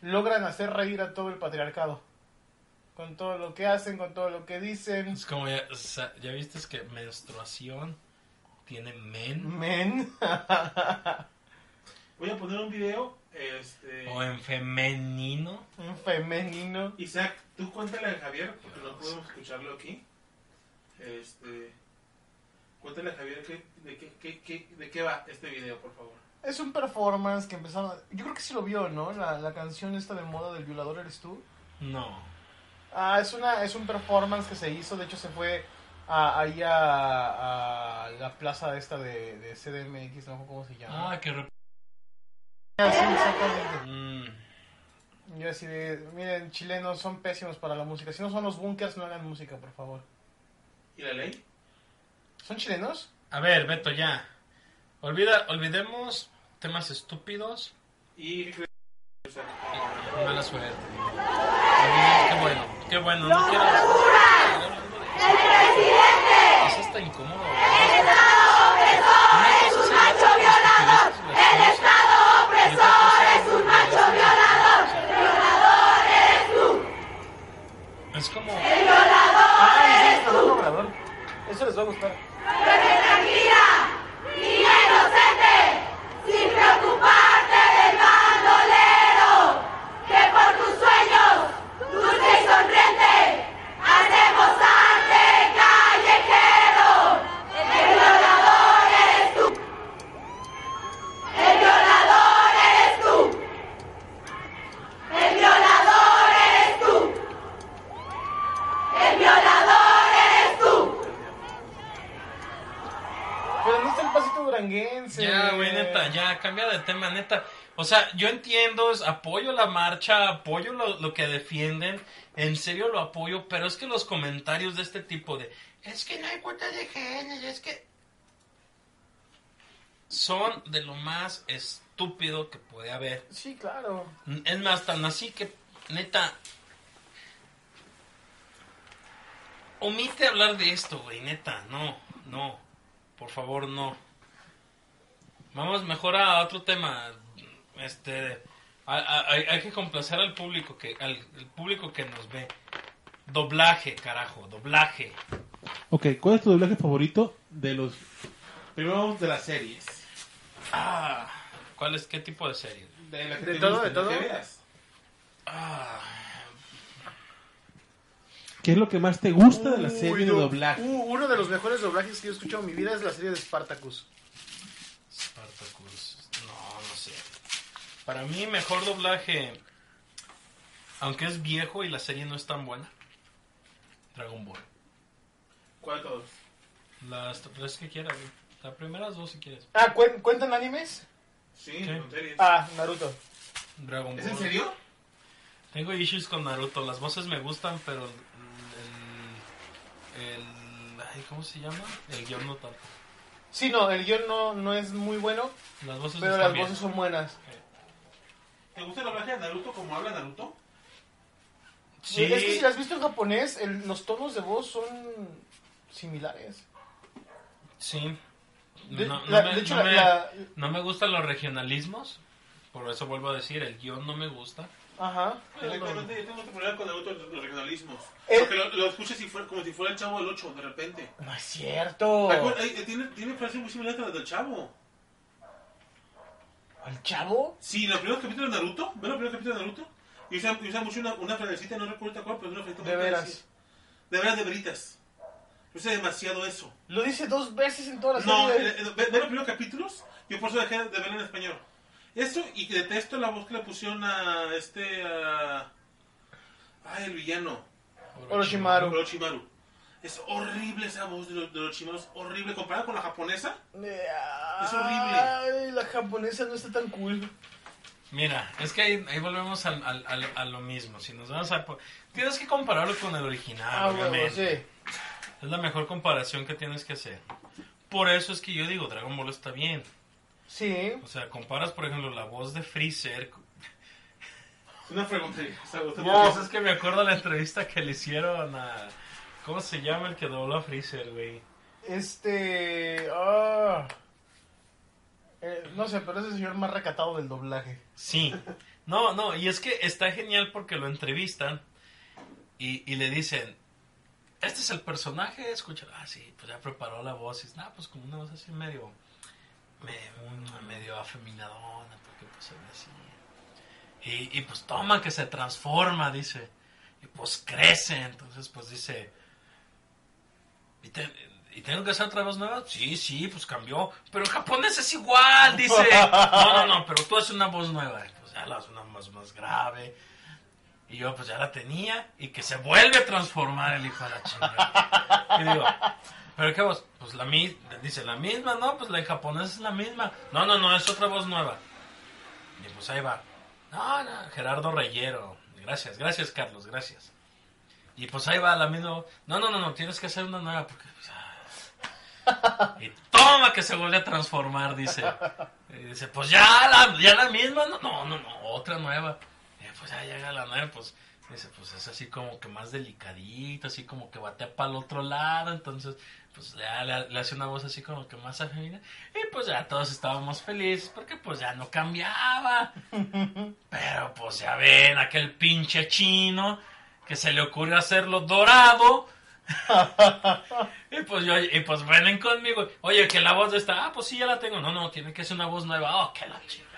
logran hacer reír a todo el patriarcado. Con todo lo que hacen, con todo lo que dicen.
es como, ya, o sea, ya viste es que menstruación tiene men
Men.
Voy a poner un video. Este.
o en femenino.
Un femenino.
Isaac, tú cuéntale a Javier, porque no podemos escucharlo aquí. Este. Cuéntale a Javier que, de, qué, qué- qué- de qué va este video, por favor.
Es un performance que empezaron... a- Yo creo que sí lo vio, ¿no? La, la canción esta de moda del violador eres tú.
No,
Ah, es, una, es un performance que se hizo, de hecho se fue a, ahí a, a la plaza esta de, de CDMX, no me acuerdo cómo se llama.
ah, que re-
Ah, sí, exactamente.
mm,
Yo así de, miren, chilenos son pésimos para la música. Si no son los bunkers, no hagan música, por favor.
¿Y la ley?
¿Son chilenos?
A ver, Beto, ya. Olvida, olvidemos temas estúpidos
Y
Mala suerte. Olvidemos- Qué bueno, qué bueno. No quiero. ¡El presidente! Es hasta incómodo. ¡El Estado opresor es un macho violador! ¡El Estado opresor es un macho violador! ¡Violador eres tú! Es como.
Ah, sí, Fernando Obrador. Eso les va a gustar.
sin preocuparte del bandolero, que por tus sueños, dulce y sonriente, haremos arte.
duranguense.
Ya, güey, neta, ya, cambia de tema, neta. O sea, yo entiendo, es- apoyo la marcha, apoyo lo, lo que defienden, en serio lo apoyo, pero es que los comentarios de este tipo de, es que no hay cuota de género, es que... Son de lo más estúpido que puede haber.
Sí, claro.
Es más, tan así que, neta, omite hablar de esto, güey, neta, no, no, por favor, no. Vamos mejor a otro tema, este, a- a- hay, hay que complacer al público que, al el público que nos ve. Doblaje, carajo, doblaje.
Ok, ¿cuál es tu doblaje favorito de los... Primero vamos de las series.
Ah, ¿cuál es, qué tipo de serie?
De, la que
¿De
te
todo,
guste,
de todo?
que veas.
Ah,
¿Qué es lo que más te gusta de la
Uy,
serie de
no.
doblaje?
Uh, uno de los mejores doblajes que yo he escuchado en mi vida es la serie de Spartacus.
Spartacus. No, no sé. Para mí, mejor doblaje. Aunque es viejo y la serie no es tan buena. Dragon Ball.
¿Cuál de todos?
Las tres que quieras, güey. Las primeras dos si quieres.
Ah, ¿cuen- ¿cuentan animes?
Sí,
¿Qué?
son series.
Ah, Naruto.
Dragon
¿Es
Ball.
en serio?
Tengo issues con Naruto. Las voces me gustan, pero el. el- el- ay, ¿Cómo se llama? El guión no tanto.
Sí, no, el guión no, no es muy bueno,
Las voces
pero
están
las
bien.
voces son buenas.
¿Te gusta el doblaje de Naruto como habla Naruto?
Sí,
Es que si las has visto en japonés, el- los tonos de voz son similares.
sí.
De,
No- no
la-
me-
de hecho,
no
la-
me-
la-
No me gustan los regionalismos, por eso vuelvo a decir, el guión no me gusta.
Ajá.
Exactamente, yo tengo otro problema con Naruto, los regionalismos.
Eh.
Porque lo, lo escuchas y fuera- como si fuera el chavo del 8, de repente.
No es cierto.
Acu- eh, eh, Tiene, tiene frases muy similares a las del chavo.
¿Al chavo?
Sí, los primeros capítulos de Naruto, ¿ves los primeros capítulos de Naruto? Y usa, y usa mucho una, una frasecita, no recuerdo cuál, pero es una frasecita
De
muy
veras.
parecida. De veras, de veritas. Usa demasiado eso.
Lo dice dos veces en todas las
No, eh,
series.
eh, ve, ve los primeros capítulos, yo por eso dejé de verlo en español. Eso, y detesto la voz que le pusieron a este... a- Ay, el villano.
Orochimaru.
Orochimaru. Es horrible esa voz de, los- de Orochimaru, es horrible. Comparada con la japonesa,
Eh,
Es horrible.
Ay, la japonesa no está tan cool.
Mira, es que ahí, ahí volvemos al, al- al- a lo mismo. Si nos vamos a... po- Tienes que compararlo con el original,
Ah, huevo,
obviamente.
sí.
Es la mejor comparación que tienes que hacer. Por eso es que yo digo, Dragon Ball está bien.
Sí.
O sea, comparas, por ejemplo, la voz de Freezer.
es una fregontería. esa voz.
Pues es que me acuerdo la entrevista que le hicieron a... ¿Cómo se llama el que dobló a Freezer, güey?
Este. ah. Eh, no sé, pero es el señor más recatado del doblaje.
Sí. No, no, y es que está genial porque lo entrevistan y, y le dicen, este es el personaje, escucha, ah, sí, pues ya preparó la voz y es, "Nah, pues como una voz así medio, medio, un- medio afeminadona, porque pues se ve así. Y, y pues toma que se transforma, dice, y pues crece, entonces pues dice, ¿y, te- y tengo que hacer otra voz nueva? Sí, sí, pues cambió, pero en japonés es igual, dice, no, no, no, pero tú haces una voz nueva, pues ya la haces una voz más grave. Y yo pues ya la tenía y que se vuelve a transformar el hijo de la chingada. Y digo, pero qué voz, pues la misma, dice la misma, ¿no? Pues la en japonés es la misma. No, no, no, es otra voz nueva. Y pues ahí va. No, no, Gerardo Reyero. Gracias, gracias Carlos, gracias. Y pues ahí va la misma. voz. No, no, no, no, tienes que hacer una nueva porque... pues, ah. Y toma que se vuelve a transformar, dice. Y dice, pues ya la, ya la misma, no, no, no, no, otra nueva. Eh, pues ya llega la nueva, pues dice, pues es así como que más delicadito, así como que batea para el otro lado, entonces pues ya le, le hace una voz así como que más afeminada. Y pues ya todos estábamos felices porque pues ya no cambiaba. Pero pues ya ven, aquel pinche chino que se le ocurre hacerlo dorado. y pues yo, y pues vienen conmigo. Oye, que la voz de esta, ah, pues sí, ya la tengo. No, no, tiene que ser una voz nueva. Oh, que la chingada.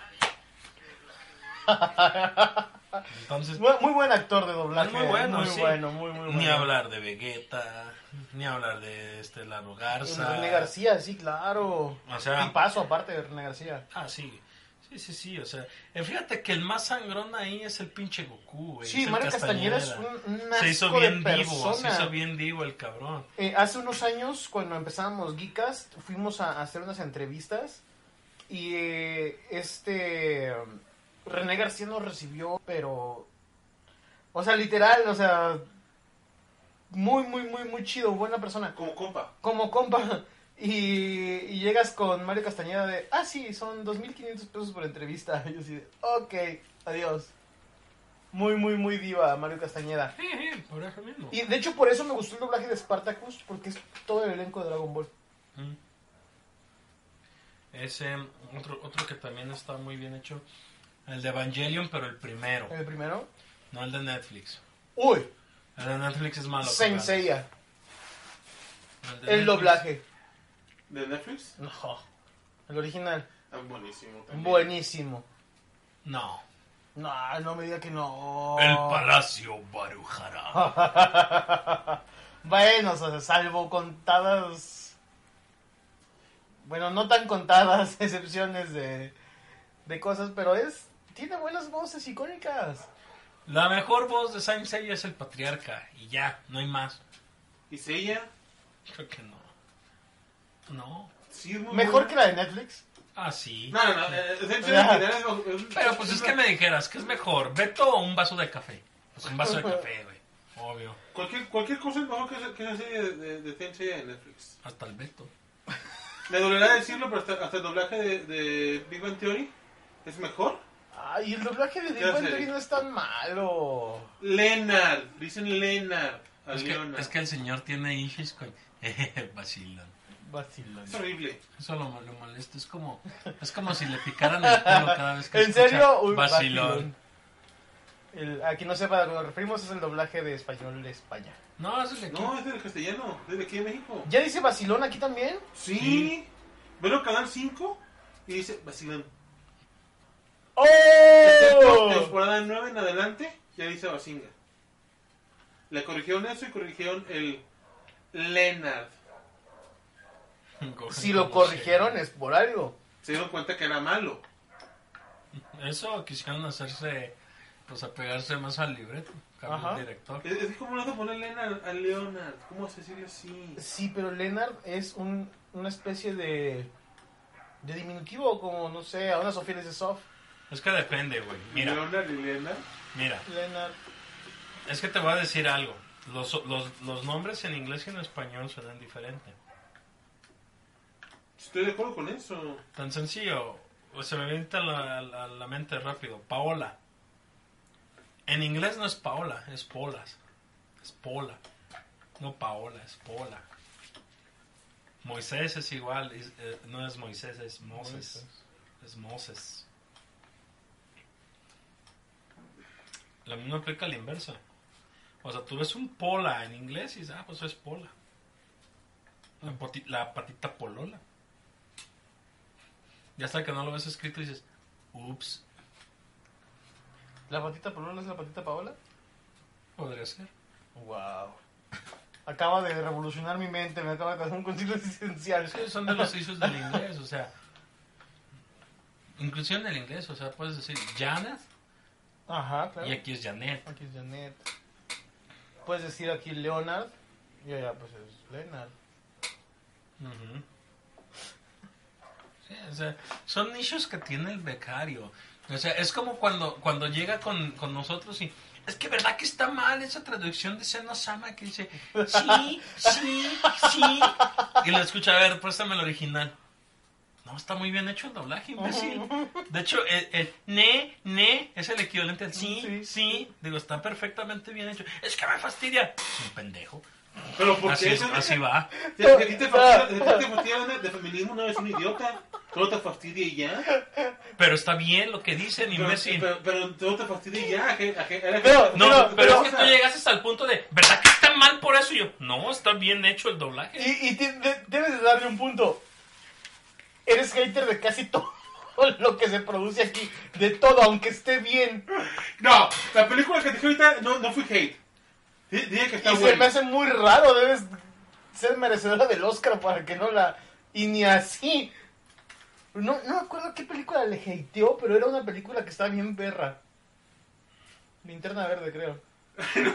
Entonces,
Bu- Muy buen actor de doblaje.
Es muy bueno,
muy
sí.
bueno, muy, muy bueno.
ni hablar de Vegeta, ni hablar de este Lalo Garza.
René García, sí, claro.
O sea,
Y paso aparte de René García.
ah, sí. Sí, sí, sí, o sea, eh, fíjate que el más sangrón ahí es el pinche Goku, güey. es
Sí,
el
Mario Castañeda es
Castañeda.
un, un
Se hizo
asco
bien
de
vivo, se
persona.
hizo bien vivo el cabrón.
Eh, hace unos años, cuando empezábamos Geekast, fuimos a, a hacer unas entrevistas y eh, este René García nos recibió, pero, o sea, literal, o sea, muy, muy, muy, muy chido, buena persona,
Como compa.
como compa. Y, y llegas con Mario Castañeda de, ah, sí, son 2.500 pesos por entrevista. Y yo así de, ok, adiós. Muy, muy, muy diva Mario Castañeda.
Sí, sí, por eso mismo.
Y de hecho por eso me gustó el doblaje de Spartacus, porque es todo el elenco de Dragon Ball.
Mm. Ese, otro, otro que también está muy bien hecho, el de Evangelion, pero el primero,
El primero.
no el de Netflix.
Uy,
El de Netflix es malo.
Saint
cabrón.
Seiya,
Ah, El de
el
Netflix-
doblaje.
¿De Netflix?
No, el original.
Ah, buenísimo. también.
Buenísimo.
No.
No, no me diga que no.
El Palacio Barujara.
bueno, o sea, salvo contadas... Bueno, no tan contadas excepciones de, de cosas, pero es... Tiene buenas voces icónicas.
La mejor voz de Saint Seiya es el patriarca. Y ya, no hay más.
¿Y Seiya?
Creo que no. No.
Sí, es muy
Mejor
buena.
que la de Netflix.
Ah, sí.
No, no, no. eh, Saint Seiya
Ya.
original es- es-
Pero pues es que me dijeras, ¿qué es mejor? ¿Beto o un vaso de café? Pues un vaso de café, güey. Obvio.
Cualquier, cualquier cosa es mejor que esa, que esa serie de, de, de Saint Seiya de Netflix.
Hasta el Beto.
Me dolerá decirlo, pero hasta, hasta el doblaje de, de Big Bang Theory es mejor.
Ay, el doblaje de
Ya
Big Bang
sé.
Theory no es tan malo.
Leonard. Dicen Leonard. a
Es que,
Leonard.
es que el señor tiene issues con... Vacilan.
Vacilón.
Es horrible.
Eso lo, lo molesto. Es como, es como si le picaran el pelo cada vez que
¿En
escucha
serio? Uy,
Vacilón.
vacilón. El, a quien no sepa de lo que nos referimos es el doblaje de español de España.
No, eso le
No, es del castellano. ¿Desde aquí de México?
¿Ya dice vacilón aquí también?
Sí.
Sí.
Velo Canal 5 y dice Basilán.
¡Oh!
Temporada 9 en adelante, ya dice Basinga. Le corrigieron eso y corrigieron el Leonard.
Si lo corrigieron es por algo.
Se dieron cuenta que era malo.
Eso quisieron hacerse, pues apegarse más al libreto, cambiar
Ajá.
el director.
Es, es que como no vas a poner Leonard a Leonard. ¿Cómo vas a decirlo así?
Sí, pero Leonard es un, una especie de, de diminutivo, como no sé, a una Sofía le dice soft.
Es que depende, güey. Mira,
Leonard y Leonard.
mira,
Leonard.
es que te voy a decir algo. Los, los, los nombres en inglés y en español suenan diferente.
Estoy de acuerdo con eso.
Tan sencillo, o se me viene a la, la- la mente rápido. Paola. En inglés no es Paola, es Polas. Es Pola. No Paola, es Pola. Moisés es igual, es- eh, no es Moisés, es Moses. Es Moses. La misma aplica a la inversa. O sea, tú ves un Pola en inglés y dices, ah, pues es Pola. La, poti- la patita polola. Ya hasta que no lo ves escrito dices, ups,
¿La patita Paola es la patita Paola?
podría ser.
Wow. Acaba de revolucionar mi mente, me acaba de hacer un concilio existencial.
Sí, son de los issues del inglés, o sea. Inclusión del inglés, o sea, puedes decir Janet
Ajá, claro.
y aquí es Janet.
Aquí es Janet. Puedes decir aquí Leonard. Y allá pues es Leonard.
Ujú. Sí, o sea, son issues que tiene el becario. O sea, es como cuando, cuando llega con, con nosotros y... Es que verdad que está mal esa traducción de Seno Sama que dice... Sí, sí, sí. Y lo escucha, a ver, préstame el original. No, está muy bien hecho el doblaje, imbécil. De hecho, el, el ne, ne es el equivalente al sí, sí,
Sí.
Digo, está perfectamente bien hecho. Es que me fastidia. Es un pendejo.
Pero ¿por
Así,
qué?
es- así va.
Si a ti te fastidia, si a ti te fastidia de- de feminismo, no eres un idiota. Todo te fastidia y ya.
Pero está bien lo que dicen,
Pero,
imbécil.
pero, pero todo te fastidia y ya. a que- a que- a la
Pero-
gente-
No, pero,
pero-
es que tú llegaste hasta el punto de, ¿verdad que está mal por eso? Y yo, no, está bien hecho el doblaje.
Y, y te- de- debes de darle un punto. Eres hater de casi todo lo que se produce aquí. De todo, aunque esté bien.
No, la película que te dije ahorita no, no fui hate. Di- Dije que
Y
está
se me
buena.
hace muy raro. Debes ser merecedora del Oscar para que no la... Y ni así. No, no me acuerdo qué película le hateó, pero era una película que estaba bien perra. Linterna verde, creo.
el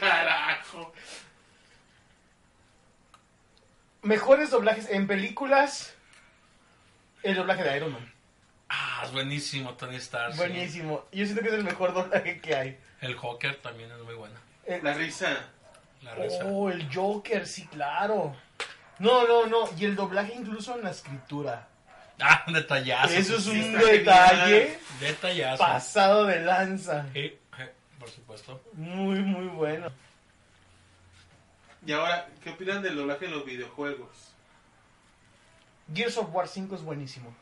carajo.
Mejores doblajes en películas. El doblaje de Iron Man.
Ah, es buenísimo Tony
Ah,
Stark. sí.
Buenísimo. Yo siento que es el mejor doblaje que hay.
El Joker también es muy buena.
El-
La risa.
La risa.
Oh, el Joker, sí, claro. No, no, no. Y el doblaje incluso en la escritura.
Ah, un detallazo.
Eso es
sí,
un
está
detalle
genial.
Detallazo.
pasado de lanza.
Sí, sí, por supuesto.
Muy, muy bueno.
Y ahora, ¿qué opinan del doblaje en los videojuegos?
Gears of War 5 es buenísimo.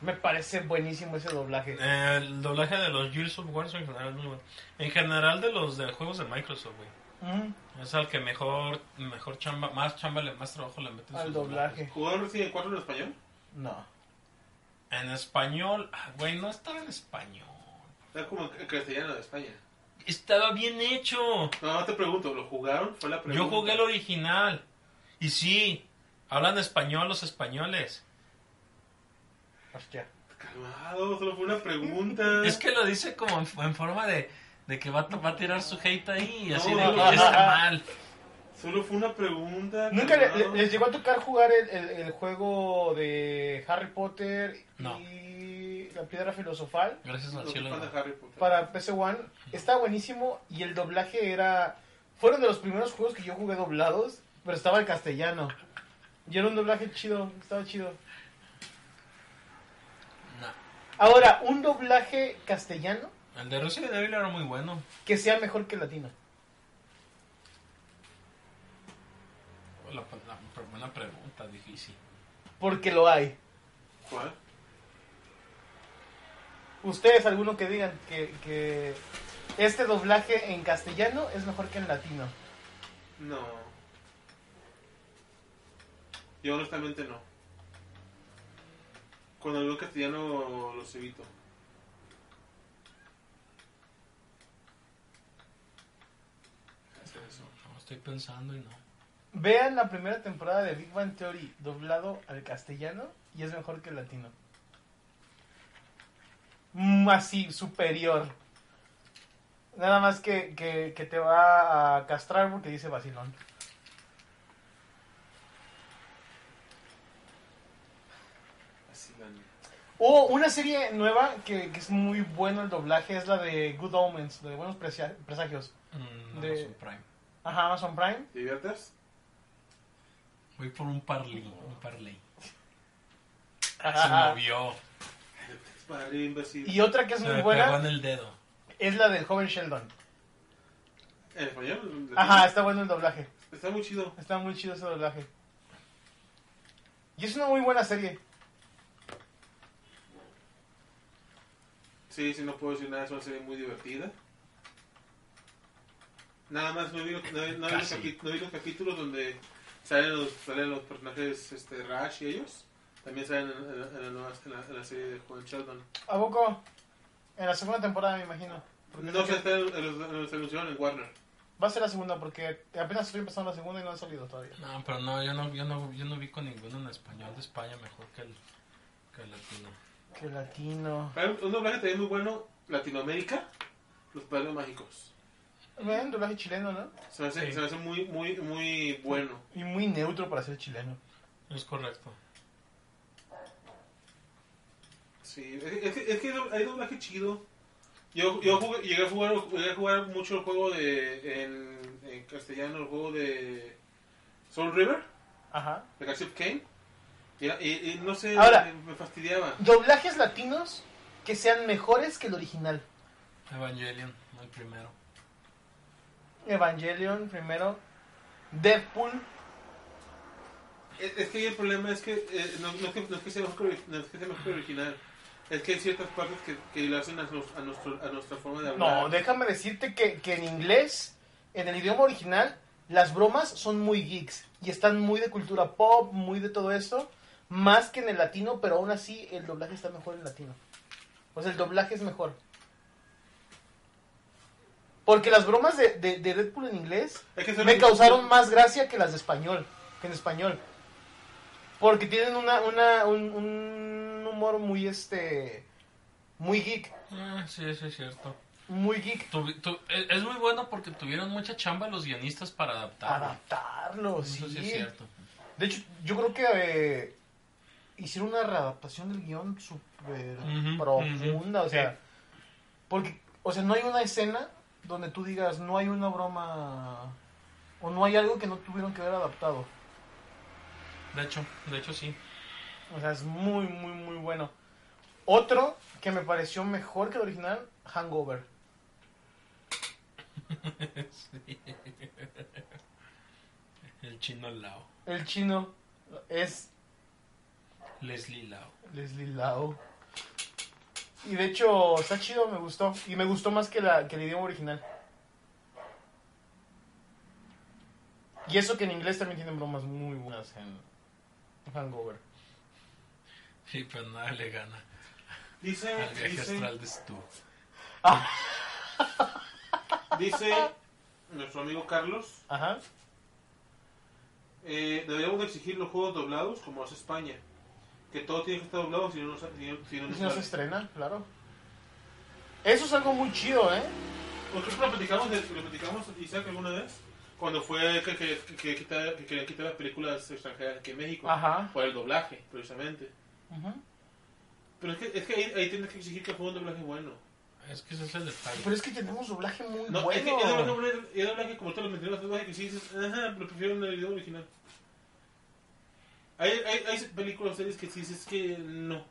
Me parece buenísimo ese doblaje.
Eh, El doblaje de los Gears of War en general es muy bueno. En general de los de juegos de Microsoft, güey.
Mm,
Es al que mejor, mejor chamba, más chamba, le- más trabajo le meten.
Al
sus
doblaje.
¿Jugaron Resident 4 en español?
No.
doblajes. En español, ah, güey, no estaba en español.
Era como en castellano de España.
Estaba bien hecho.
No, no te pregunto, ¿lo jugaron? Fue la pregunta.
Yo jugué el original. Y sí, hablan español los españoles.
Hostia.
Calmado, solo fue una pregunta.
Es que lo dice como en, en forma de, de que va, a- va a tirar su hate ahí. Y así
No,
de
no, no.
que está mal.
Solo fue una pregunta.
¿Nunca le- le-
calmado.
les llegó a tocar jugar el, el- el juego de Harry Potter
No.
y la piedra filosofal?
Gracias al
Lo que
cielo.
pasa
no.
de Harry Potter.
para PC One estaba buenísimo y el doblaje era fueron de los primeros juegos que yo jugué doblados pero estaba el castellano y era un doblaje chido estaba chido
No.
ahora un doblaje castellano
El de Resident Evil era muy bueno.
que sea mejor que el latino
La, la- pero buena pregunta, difícil.
porque lo hay
¿Cuál?
ustedes alguno que digan que, que este doblaje en castellano es mejor que en latino
No. Yo honestamente no. Cuando veo castellano los evito.
No, estoy pensando y no.
vean la primera temporada de Big Bang Theory doblado al castellano y es mejor que el latino Mm, así superior nada más que, que, que te va a castrar porque dice vacilón
Así van.
Oh, una serie nueva que, que es muy bueno el doblaje es la de Good Omens, de Buenos Presia- Presagios.
Mm,
De-
Amazon Prime.
Ajá, Amazon Prime.
¿Te diviertes?
Voy por un parley. Un parley. Se movió.
Es para arriba, imbécil.
Y otra que es
Se
muy
me pegó en
buena
el dedo.
es la del joven Sheldon.
¿En español?
Ajá, está bueno el doblaje.
Está muy chido.
Está muy chido ese doblaje. Y es una muy buena serie.
Sí, sí, no puedo decir nada, es una serie muy divertida. Nada más, no vi, no, vi- no vi los,
Casi.
capi- no vi los capítulos donde salen los, salen los personajes este, Rash y ellos. También salen en, en la- en la, nueva- en la- en la serie de Juan Sheldon.
¿A poco? En la segunda temporada, me imagino. Porque
No
Pues sé
se
que
está en, en los- en los anunciaron en Warner.
Va a ser la segunda porque apenas estoy empezando la segunda y no ha salido todavía.
No, pero no, yo no, yo no, yo no vi con ninguno en español de España mejor que el, que el latino.
Qué latino.
Hay un- Un doblaje también muy bueno, Latinoamérica, Los Padres Mágicos.
Vean, doblaje chileno, ¿no?
Se me hace,
Sí.
se me hace muy, muy, muy bueno.
Y muy neutro para ser chileno.
Es correcto.
Sí, es, que- es que- es que hay doblaje chido. Yo, yo jugué- llegué, a jugar, llegué a jugar mucho el juego de. En, en castellano, el juego de. Soul River,
Ajá.
de Castle Kane. Y, y- y no sé,
Ahora.
me, me fastidiaba.
Doblajes latinos que sean mejores que el original.
Evangelion, el primero.
Evangelion primero. Deadpool.
Es, es que ahí el problema es que. eh, no, no es que no es que sea mejor que, ori- no es que sea mejor que el original. Es que hay ciertas partes que, que le hacen a, nos- a nuestro- a nuestra forma de hablar.
No, déjame decirte que, que en inglés, en el idioma original, las bromas son muy geeks y están muy de cultura pop, muy de todo esto, más que en el latino, pero aún así el doblaje está mejor en latino. O sea, el doblaje es mejor. Porque las bromas de, de- de Deadpool en inglés
Hay que ser
me
muy-
causaron más gracia que las de español. que en español. Porque tienen una, una, un, un humor muy este muy geek,
Ah, sí, eso es cierto.
muy geek.
Tuvi- tu- e, es es muy bueno porque tuvieron mucha chamba los guionistas para adaptarlo.
Adaptarlo,
Eso sí es
sí.
cierto.
De hecho, yo creo que eh, hicieron una readaptación del guión súper
Ujú,
profunda,
ujú.
o sea, porque, o sea, no hay una escena donde tú digas, no hay una broma, o no hay algo que no tuvieron que haber adaptado.
De hecho, de hecho sí.
O sea, es muy, muy, muy bueno. Otro que me pareció mejor que el original, Hangover.
El chino Lao.
El chino es
Leslie Lao.
Leslie Lau. Y de hecho, está chido, me gustó. Y me gustó más que, la, que el idioma original. Y eso que en inglés también tienen bromas muy buenas en Hangover.
Sí, pero nada le gana
Dice,
al viaje
dice,
astral de Stu.
dice nuestro amigo Carlos,
Ajá.
eh, deberíamos de exigir los juegos doblados como hace España. Que todo tiene que estar doblado si no nos, si no- si no
Y
nos
si no se
sale.
estrena, claro. Eso es algo muy chido, ¿eh?
Porque eso lo platicamos, de- lo platicamos Isaac alguna vez, cuando fue que, que, que, que quita- que querían quitar las películas extranjeras aquí en México.
Ajá.
Por el doblaje, precisamente.
Ujú.
Pero es que, es que ahí, ahí tienes que exigir que juegue un doblaje bueno.
Es que ese es el detalle.
Pero es que tenemos doblaje muy
No, es que
bueno.
es doblaje, bueno, es doblaje como te lo mencioné, es doblaje que sí dices, ajá, pero prefiero en el video original. Hay, hay, hay películas series que sí dices que no.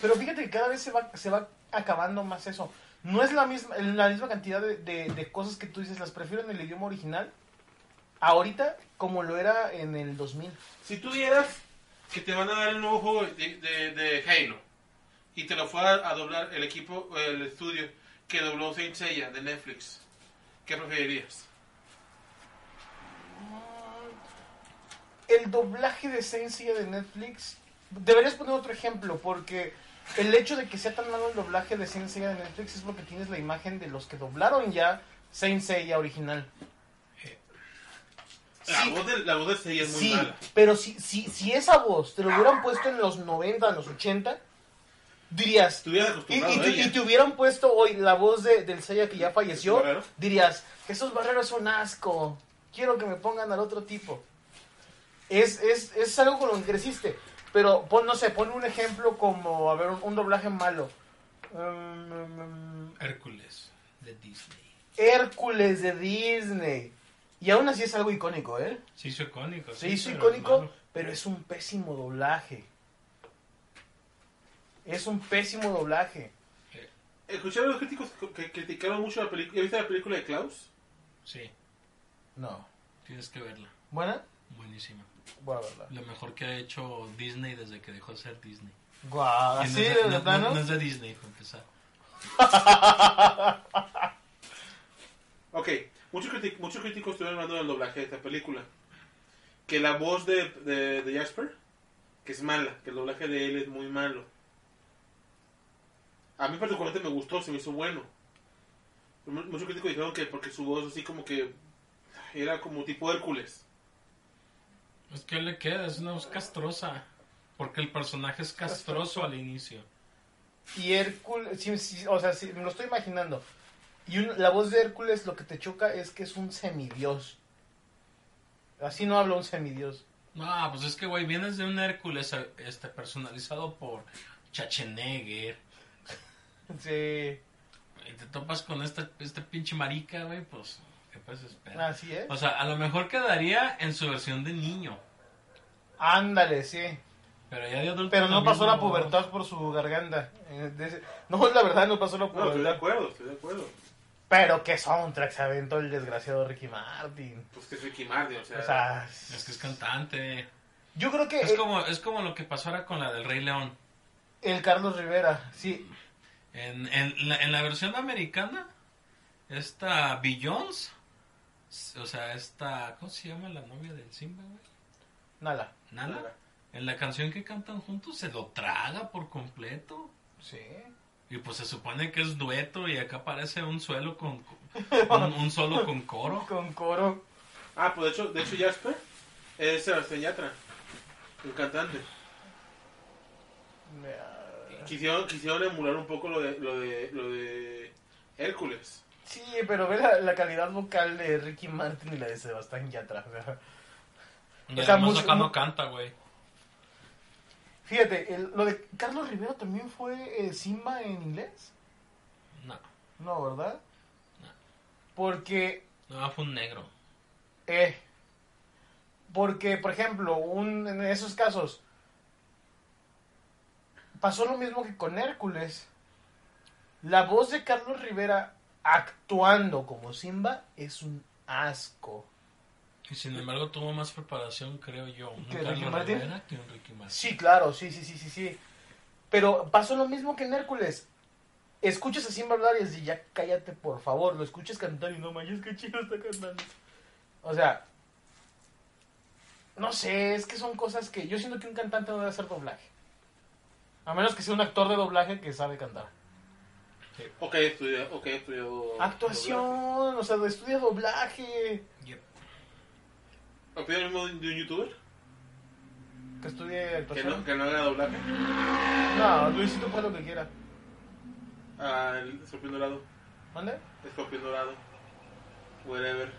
Pero fíjate que cada vez se va, se va acabando más eso. No es la misma, la misma cantidad de, de- de cosas que tú dices, las prefiero en el idioma original ahorita como lo era en el 2000.
Si tú dieras que te van a dar el nuevo juego de, de, de Halo y te lo fuera a doblar el equipo, el estudio que dobló Saint Seiya de Netflix, ¿qué preferirías?
El doblaje de esencia de Netflix, deberías poner otro ejemplo, porque el hecho de que sea tan malo el doblaje de esencia de Netflix es porque tienes la imagen de los que doblaron ya Saint Seiya original.
La,
Sí.
voz de, la voz de Seiya es muy
Sí,
mala.
pero si, si, si esa voz te lo hubieran puesto en los 90, en los 80, dirías,
Estuvieras
Y, y
acostumbrado a
te-
ella.
y te hubieran puesto hoy la voz de, del Seiya que ya falleció,
Barrero?
dirías, Jesús Barrero es un asco, quiero que me pongan al otro tipo. Es, es, es algo con lo que creciste, pero pon, no sé, pon un ejemplo como, a ver, un, un doblaje malo. Mm, mm, mm,
Hércules de Disney.
Hércules de Disney. Y aún así es algo icónico, ¿eh?
Se hizo icónico.
Se hizo
pero
icónico,
malo.
pero es un pésimo doblaje. Es un pésimo doblaje.
Escuché a los críticos que- que criticaron mucho la película. ¿Viste la película de Klaus?
Sí,
No.
tienes que verla.
¿Buena?
Buenísima.
Voy a verla.
Lo mejor que ha hecho Disney desde que dejó de ser Disney.
Guau,
Y no
así
es
¿Ah, de,
de- no-
de
no-
plano.
no es de Disney, para empezar.
Ok, muchos, criti- muchos críticos estuvieron hablando del doblaje de esta película. Que la voz de, de, de Jasper, que es mala, que el doblaje de él es muy malo. A mí particularmente me gustó, se me hizo bueno. Pero mu- Muchos críticos dijeron que porque su voz así como que era como tipo Hércules.
Pues, ¿qué le queda? Es una voz castrosa. Porque el personaje es castroso al inicio.
Y Hércules, sí, sí, o sea, sí, me lo estoy imaginando. Y un- la voz de Hércules lo que te choca es que es un semidios. Así no habla un semidios.
No, pues es que, güey, vienes de un Hércules eh, este, personalizado por Chachenegger.
Sí,
Y te topas con esta, este pinche marica, güey, pues, ¿qué puedes esperar?
así ¿eh? es.
O sea, a lo mejor quedaría en su versión de niño.
Ándale, sí.
Pero ya de adulto.
Pero no
también
pasó la pubertad por su garganta. Eh, de ese- No, la Ah, verdad no pasó la
No, estoy de
pubertad.
acuerdo, estoy de acuerdo.
Pero qué soundtrack se aventó el desgraciado Ricky Martin.
Pues que es Ricky Martin, o sea...
O sea,
Es que es cantante.
yo creo que
Es
el,
como, es como lo que pasó ahora con la del Rey León.
el Carlos Rivera, sí,
En, en, la, en la versión americana, esta Billions, o sea, esta, ¿cómo se llama la novia del Simba, güey?
nada.
Nala. En la canción que cantan juntos se lo traga por completo.
Sí.
Y pues se supone que es dueto y acá aparece un suelo con un, un solo con coro.
Con coro.
Ah, pues de hecho, de hecho Jasper Es Sebastián Yatra, el cantante. Quisieron, quisieron emular un poco lo de, lo de, lo de Hércules.
Sí, pero ve la, la calidad vocal de Ricky Martin y la de Sebastián Yatra. o sea.
Y
O sea,
además
mus-
acá no
mu-
canta, güey.
Fíjate, el- lo de Carlos Rivera también fue eh, Simba en inglés.
No,
No, ¿verdad?
No.
Porque,
no, fue un negro.
eh, porque, por ejemplo, un, en esos casos, pasó lo mismo que con Hércules. La voz de Carlos Rivera actuando como Simba es un asco.
Y sin embargo tuvo más preparación, creo yo. Un
¿Que
Carlos
Ricky Martin?
Rivera que un Ricky Martin.
Sí, claro, sí, sí, sí, sí, sí. Pero pasó lo mismo que en Hércules. Escuchas a Simba hablar y es de, ya cállate, por favor. Lo escuchas cantar y no manches, qué chido está cantando. O sea, no sé, es que son cosas que yo siento que un cantante no debe hacer doblaje. A menos que sea un actor de doblaje que sabe cantar.
O que haya estudiado. O que haya estudiado
Actuación, o sea, estudia doblaje.
Yep.
doblaje. ¿Opina lo mismo de de un youtuber?
Que estudie
Que no,
actuación.
que no haga doblaje.
No, Luisito puede lo que quiera.
Ah, el escorpión dorado.
¿Vale?
Escorpión dorado. Whatever.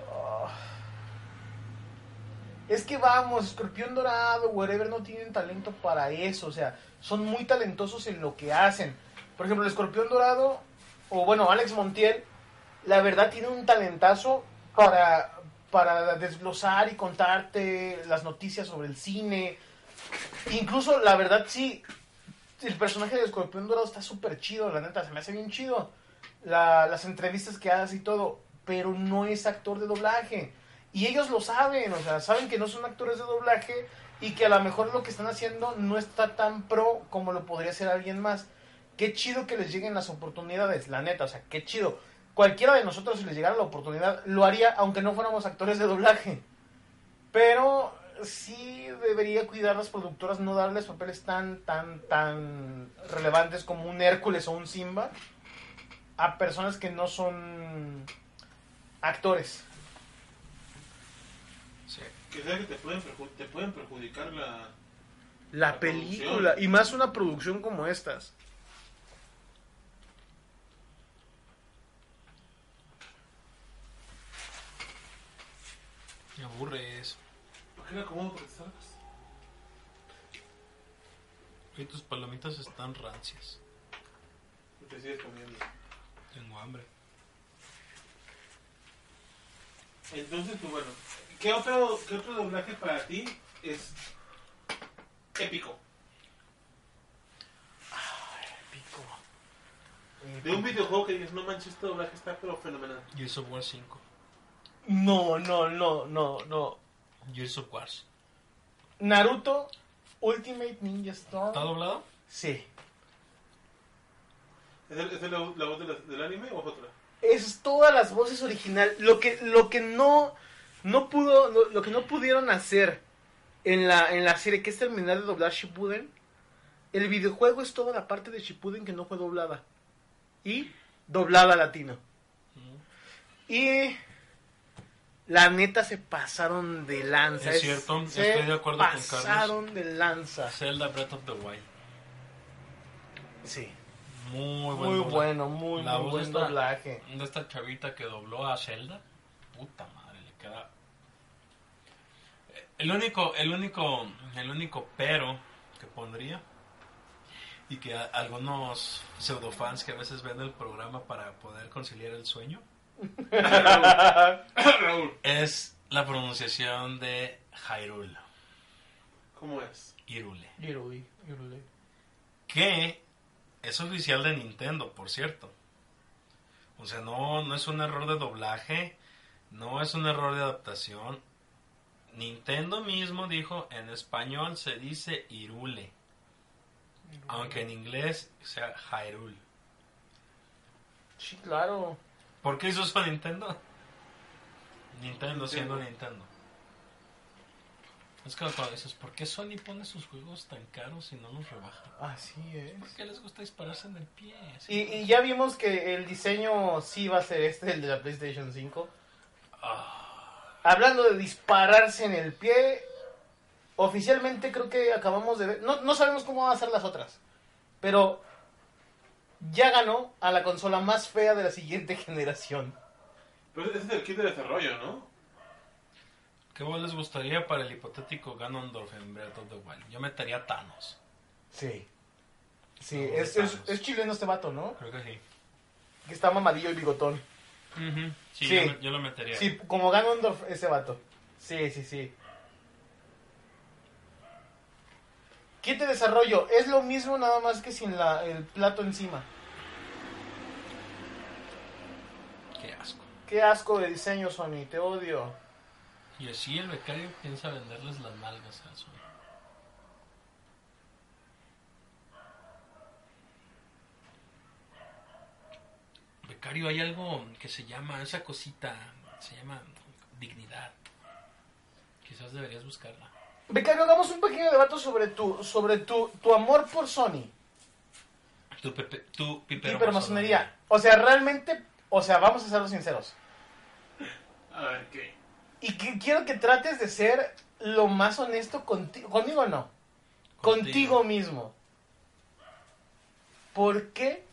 Es que vamos, Escorpión Dorado, wherever, no tienen talento para eso. O sea, son muy talentosos en lo que hacen. Por ejemplo, el Escorpión Dorado, o bueno, Alex Montiel, la verdad tiene un talentazo para, para desglosar y contarte las noticias sobre el cine. Incluso, la verdad, sí, el personaje de Escorpión Dorado está súper chido, la neta, se me hace bien chido. La- las entrevistas que hace y todo, pero no es actor de doblaje. Y ellos lo saben, o sea, saben que no son actores de doblaje y que a lo mejor lo que están haciendo no está tan pro como lo podría hacer alguien más. Qué chido que les lleguen las oportunidades, la neta, o sea, qué chido. Cualquiera de nosotros si les llegara la oportunidad lo haría aunque no fuéramos actores de doblaje. Pero sí debería cuidar las productoras, no darles papeles tan, tan, tan relevantes como un Hércules o un Simba a personas que no son actores.
Sí.
Que sea que te pueden, perju- te pueden perjudicar la.
La,
La
película,
producción.
y más una producción como estas.
Me aburre eso.
¿Por qué era cómodo porque te salgas?
Y tus palomitas están rancias.
Y te sigues comiendo.
Tengo hambre.
Entonces, pues bueno. ¿Qué otro, qué otro doblaje para ti es épico? De un videojuego que dices, no manches, este doblaje está pero fenomenal.
Gears of War 5.
No, no, no, no, no.
Gears of Wars.
Naruto Ultimate Ninja Storm.
¿Está doblado?
Sí.
¿Es, el- es el- la, voz de la- del anime o es otra?
Es todas las voces original. Lo que, lo que no, no pudo, lo, lo que no pudieron hacer en la, en la serie que es terminar de doblar Shippuden. El videojuego es toda la parte de Shippuden que no fue doblada. Y doblada a latino. Y la neta se pasaron de lanza.
Es cierto,
se
estoy de acuerdo con Carlos.
Pasaron de lanza.
Zelda Breath of the Wild.
Sí.
Muy buen
Muy
doblaje.
bueno, muy,
La
muy
voz
buen
está-
doblaje.
De esta chavita que dobló a Zelda. Puta madre, le queda. El único, el único, el único pero que pondría. Y que a- algunos pseudofans que a veces ven el programa para poder conciliar el sueño.
Raúl,
Es la pronunciación de Hyrule.
¿cómo es?
Irule. que es oficial de Nintendo, por cierto. O sea, no, no es un error de doblaje, no es un error de adaptación. Nintendo mismo dijo, en español se dice Irule, aunque en inglés sea Hyrule.
Sí, claro.
¿Por qué hizo eso Nintendo? Nintendo siendo Nintendo. Es que cuando dices, ¿por qué Sony pone sus juegos tan caros y no los rebaja?
Así es.
¿Por qué les gusta dispararse en el pie?
Y, y ya vimos que el diseño sí va a ser este, el de
Ah,
la PlayStation 5. Hablando de dispararse en el pie, Oficialmente creo que acabamos de ver. No, no sabemos cómo van a ser las otras. Pero ya ganó a la consola más fea de la siguiente generación.
Pero ese es el kit de desarrollo, ¿no?
¿Qué vos les gustaría para el hipotético Ganondorf en Breath of the Wild? Yo metería a Thanos.
Sí. Sí, es, es, es chileno este vato, ¿no?
Creo que sí.
Que está mamadillo el bigotón.
Ujú, Sí,
Sí.
Yo, me- yo lo metería.
Sí, como Ganondorf ese vato. Sí, sí, sí. Kit de desarrollo es lo mismo nada más que sin la, el plato encima.
Qué asco.
Qué asco de diseño, Sony, te odio.
Y así el becario piensa venderles las nalgas a Sony. Becario, hay algo que se llama, esa cosita, se llama dignidad. Quizás deberías buscarla.
Becario, hagamos un pequeño debate sobre tu, sobre tu, tu amor por Sony
Tu, pepe, tu
y
pipero
permasonería. O sea, realmente, o sea, vamos a ser sinceros.
A ver, ¿qué?
Y que- quiero que trates de ser lo más honesto contigo. Conmigo no. Contigo, mismo. ¿Por qué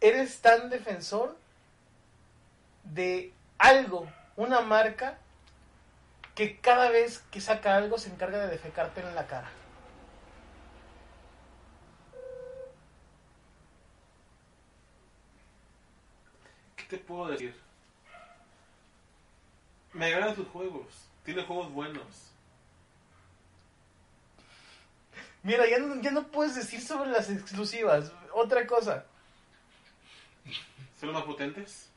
eres tan defensor de algo, una marca, que cada vez que saca algo se encarga de defecarte en la cara?
¿Qué te puedo decir? Me agradan tus juegos. Tiene juegos buenos.
Mira, ya no, ya no puedes decir sobre las exclusivas. Otra cosa.
¿Son los más potentes?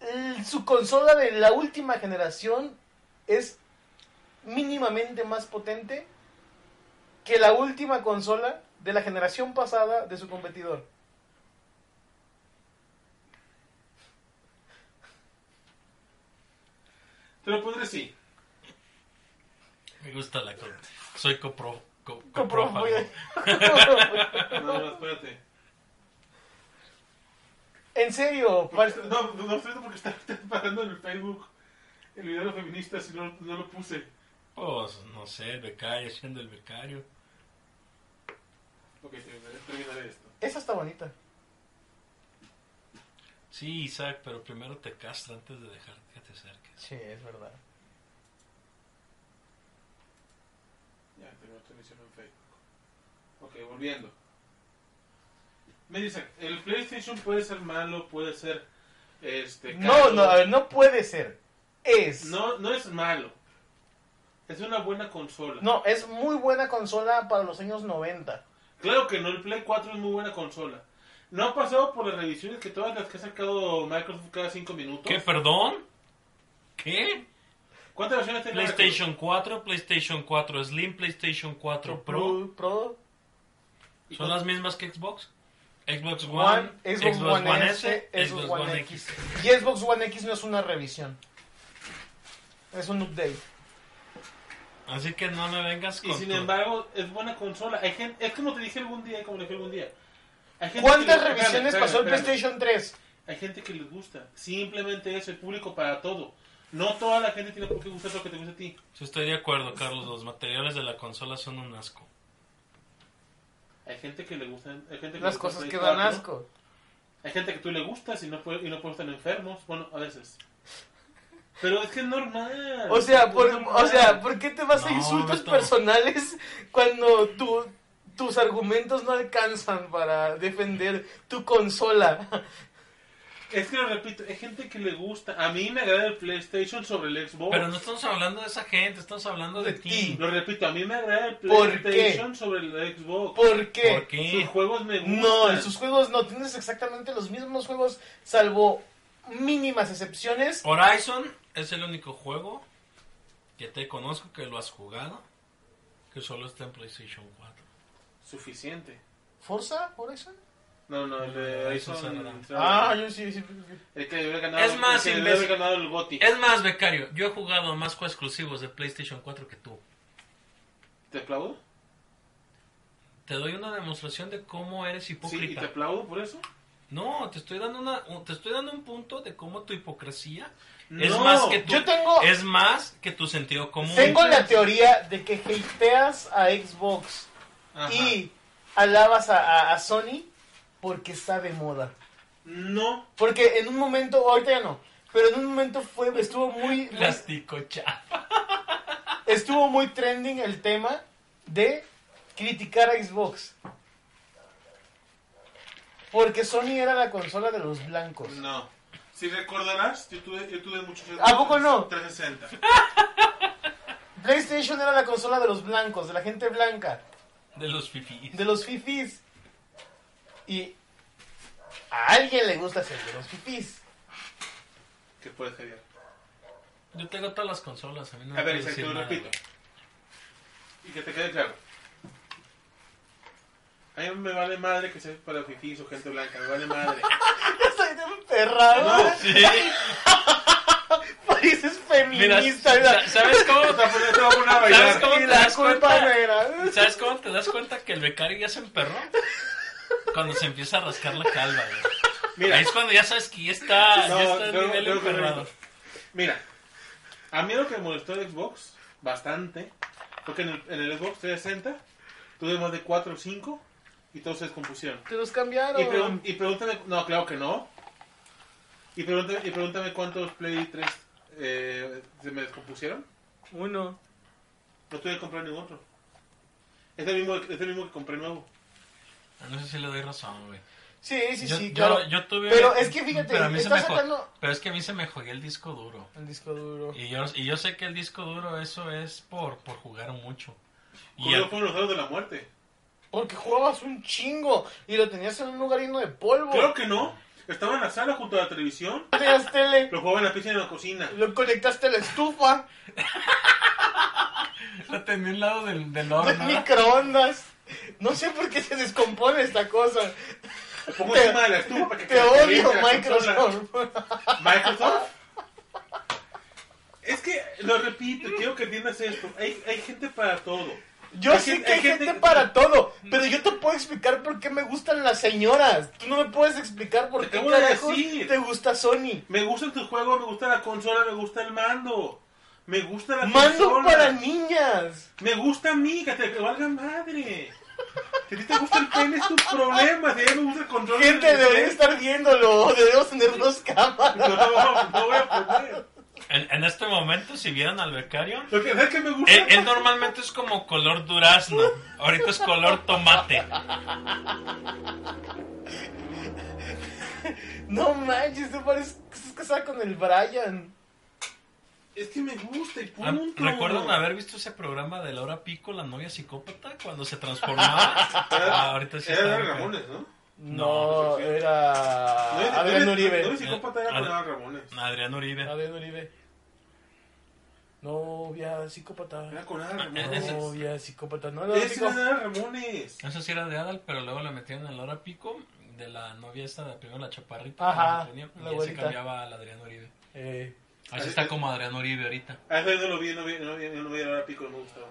El- Mm, su consola de la última generación es mínimamente más potente que la última consola de la generación pasada de su competidor.
Te lo pondré sí.
Me gusta la co Soy copro. co-
Compro-
coprófago.
No, no, espérate.
en serio, par-
No, no, no, espérate porque estaba parando en el Facebook el video de los feministas y no, no lo puse.
Pues, no sé, el becario, siendo el becario.
Ok, terminaré, terminaré esto.
esa está bonita.
Sí, Isaac, pero primero te castra antes de dejar que te acerques.
Sí, es verdad.
Ya, terminó la transmisión en Facebook. Ok, volviendo. Me dicen, el PlayStation puede ser malo, puede ser... Este,
No,
caro.
no, a ver, no puede ser. Es. No.
No, no es malo. Es una buena consola.
es muy buena consola para los años 90.
Claro que no, el Play 4 es muy buena consola. No ha pasado por las revisiones que todas las que ha sacado Microsoft cada 5 minutos.
¿Qué, perdón? ¿Qué?
¿Cuántas versiones tiene la
PlayStation 4, PlayStation 4 Slim, PlayStation 4 Pro.
Pro,
¿Son las mismas que Xbox? Xbox One,
One, Xbox One, S,
Xbox One X.
Y Xbox One X no es una revisión. Es un update.
Así que no me vengas con
Y sin
tu-
embargo, es buena consola. Hay gente, es como te dije algún día, como le dije algún día. Hay gente
¿Cuántas
que le-
revisiones
espérame,
pasó el
espérame.
PlayStation 3?
Hay gente que les gusta. Simplemente es el público para todo. No toda la gente tiene por qué gustar lo que te gusta a ti.
Sí, estoy de acuerdo, Carlos. Los materiales de la consola son un asco.
Hay gente que le gustan. Hay gente que
Las
le gusta
cosas
el
que
Play
dan
4.
asco.
Hay gente que tú le gustas y no puede, y no puede estar enfermos. Bueno, a veces. Pero es que es normal.
O sea,
Es
por,
normal.
o sea, ¿por qué te vas a
No,
insultos
Beto.
personales cuando tu- tus argumentos no alcanzan para defender tu consola?
Es que lo repito, hay gente que le gusta. A mí me agrada el PlayStation sobre el Xbox.
Pero no estamos hablando de esa gente, estamos hablando de
De
ti.
ti.
Lo repito, a mí me agrada el
¿Por qué?
PlayStation sobre el Xbox.
¿Por
¿Por
qué?
Sus
qué?
juegos me gustan.
No, en sus juegos no tienes exactamente los mismos juegos, salvo mínimas excepciones.
Horizon es el único juego que te conozco que lo has jugado, que solo está en PlayStation 4.
Suficiente.
¿Forza? ¿Horizon?
No, no, el de
Ahí son
Horizon-
Sonora.
Ah, yo sí, sí.
El que debería ganar.
Es más,
el que
imbécil.
debería haber ganado el GOTY.
Es más, becario, yo he jugado más juegos exclusivos de PlayStation 4 que tú.
¿Te aplaudo?
Te doy una demostración de cómo eres
Sí, y te
hipócrita.
aplaudo por eso.
No, te estoy dando una, un- te estoy dando un punto de cómo tu hipocresía es
No,
más que tu,
yo tengo-
es más que tu sentido común.
Tengo la teoría de que hateas a Xbox y alabas a, a- a Sony porque está de moda.
No,
Porque en un momento, oh, ahorita ya no, pero en un momento fue, estuvo muy, muy-
plástico chafa.
estuvo muy trending el tema de criticar a Xbox. Porque Sony era la consola de los blancos.
no. Si recordarás, yo tuve, yo tuve muchos...
¿A poco no?
360.
PlayStation era la consola de los blancos, de la gente blanca,
de los fifís.
de los fifis. Y a alguien le gusta ser de los fifis.
Que puedes Javier.
Yo tengo todas las consolas, a mí no
A
me
ver,
puedes
exacto,
decir nada,
repito.
güey.
Y que te quede claro. A mí me vale madre que seas para fifís o gente blanca, me vale madre.
Soy de un perrado. Pareces
Mira,
feminista.
sa- ¿sabes cómo?
Te voy a poner- pues, te voy a poner a bailar.
¿Sabes cómo
y
te
la
das
culpa
cuenta?
no era.
¿Sabes cómo te das cuenta que el becario ya se emperró? Cuando se empieza a rascar la calva, güey.
Mira,
Ahí es cuando ya sabes que ya está,
No,
ya está el
luego-
nivel
luego
emperrado.
regreso. mira. A mí lo que me molestó de Xbox, bastante, porque en el, en el Xbox 360 tuve más de 4 o 5 y todos se descompusieron.
Te los cambiaron.
Y, pregun- y pregúntame, no, claro que no. Y pregúntame, y pregúntame cuántos Play 3 eh, se me descompusieron.
Uno.
No tuve que comprar ningún otro. Es el mismo, es el mismo que compré nuevo.
Ah, No sé si le doy razón, güey.
Sí, sí,
yo,
sí,
yo-
claro.
yo tuve.
Pero es que fíjate,
pero a mí se
estás
me jo-
sacando-
pero es que a mí se me jodió el disco duro.
El disco duro.
Y yo, y yo sé que el disco duro, eso es por, por jugar mucho. Y
Como
el-
yo pongo los dedos de la muerte.
Porque jugabas un chingo y lo tenías en un lugar lleno de polvo.
Claro que no. Estaba en la sala junto a la televisión.
No tenías tele.
Lo jugaba en la piscina y en la cocina.
Lo conectaste a la estufa,
lo tenía al lado del, del
al
horno.
microondas. No sé por qué se descompone esta cosa.
Lo pongo
Te-
encima de la estufa para que
Te
caliente
odio,
la consola.
Microsoft.
Microsoft. Es que, lo repito, quiero que entiendas esto. Hay, hay gente para todo.
Yo
Hay
sé
gente-
que hay
hay
gente,
gente- Mm.
para todo, pero yo te puedo explicar por qué me gustan las señoras. Tú no me puedes explicar por
Te
qué
acabo de
carajos
decir.
te gusta Sony.
Me gustan tus juegos, me gusta la consola, me gusta el mando. Me gusta la
Mando
consola.
para niñas.
Me gusta a mí, que te que valga madre. Si a ti te gusta el pene es tu problema. Si a ella me gusta el control.
Gente
del-
debería estar viéndolo. Debemos tener dos
No,
cámaras.
no voy a poner.
En, en este momento, si vieran al becario,
Lo que es que me gusta.
él, él normalmente es como color durazno. Ahorita es color tomate.
No manches, te pareces casada con el Brian.
Es que me gusta y
Ah,
punto.
¿Recuerdan haber visto ese programa de Laura Pico, la novia psicópata, cuando se transformaba? Ah, ahorita sí
Era
está
de
bien.
Ramones, ¿no?
No, era.
No,
Adrián
no,
Uribe.
No, no, psicópata era con
Adrián-
Adrián Ramones.
Adrián Uribe.
Adrián Uribe. Novia psicópata.
Era con Adrián
Ese-
Ramones.
Novia psicópata. No, no,
Ese
digo-
era de Adrián Ramones.
Eso sí era de Adal, pero luego la metieron en Laura Pico, de la novia esta de primero la chaparrita.
Ajá,
la tenía,
la
y ya se
güerita.
cambiaba al Adrián Uribe.
Eh,
Así está como Adrián Uribe ahorita.
A eso no lo vi, no vi, no vi, no vi, era pico, no me gustaba.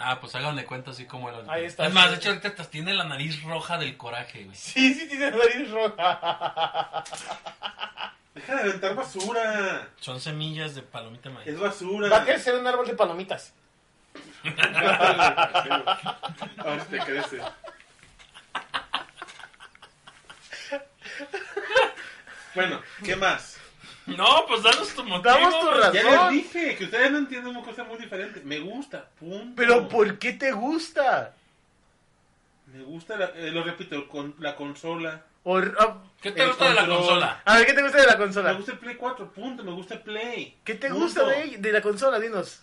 Ah, pues háganle cuenta así como era.
Ahí está.
Es más, de hecho ahorita hasta tiene la nariz roja del coraje, güey.
Sí, sí, tiene nariz roja.
Deja de aventar basura.
Son semillas de palomita maíz.
Es basura.
Va a crecer un árbol de palomitas.
A ver si te Este crece. Bueno, ¿qué más?
No, pues danos tu motivo.
Damos tu
güey.
razón.
Ya les dije que ustedes no entienden una cosa muy diferente. Me gusta, punto.
Pero ¿por qué te gusta?
Me gusta, la- eh, lo repito, con, la consola.
O- ah,
¿Qué te gusta de la
Control.
consola?
a ver, ¿qué te gusta de la
Me
consola?
gusta el Play 4, punto. Me gusta el Play.
¿Qué te
Punto.
gusta de, de la consola? Dinos.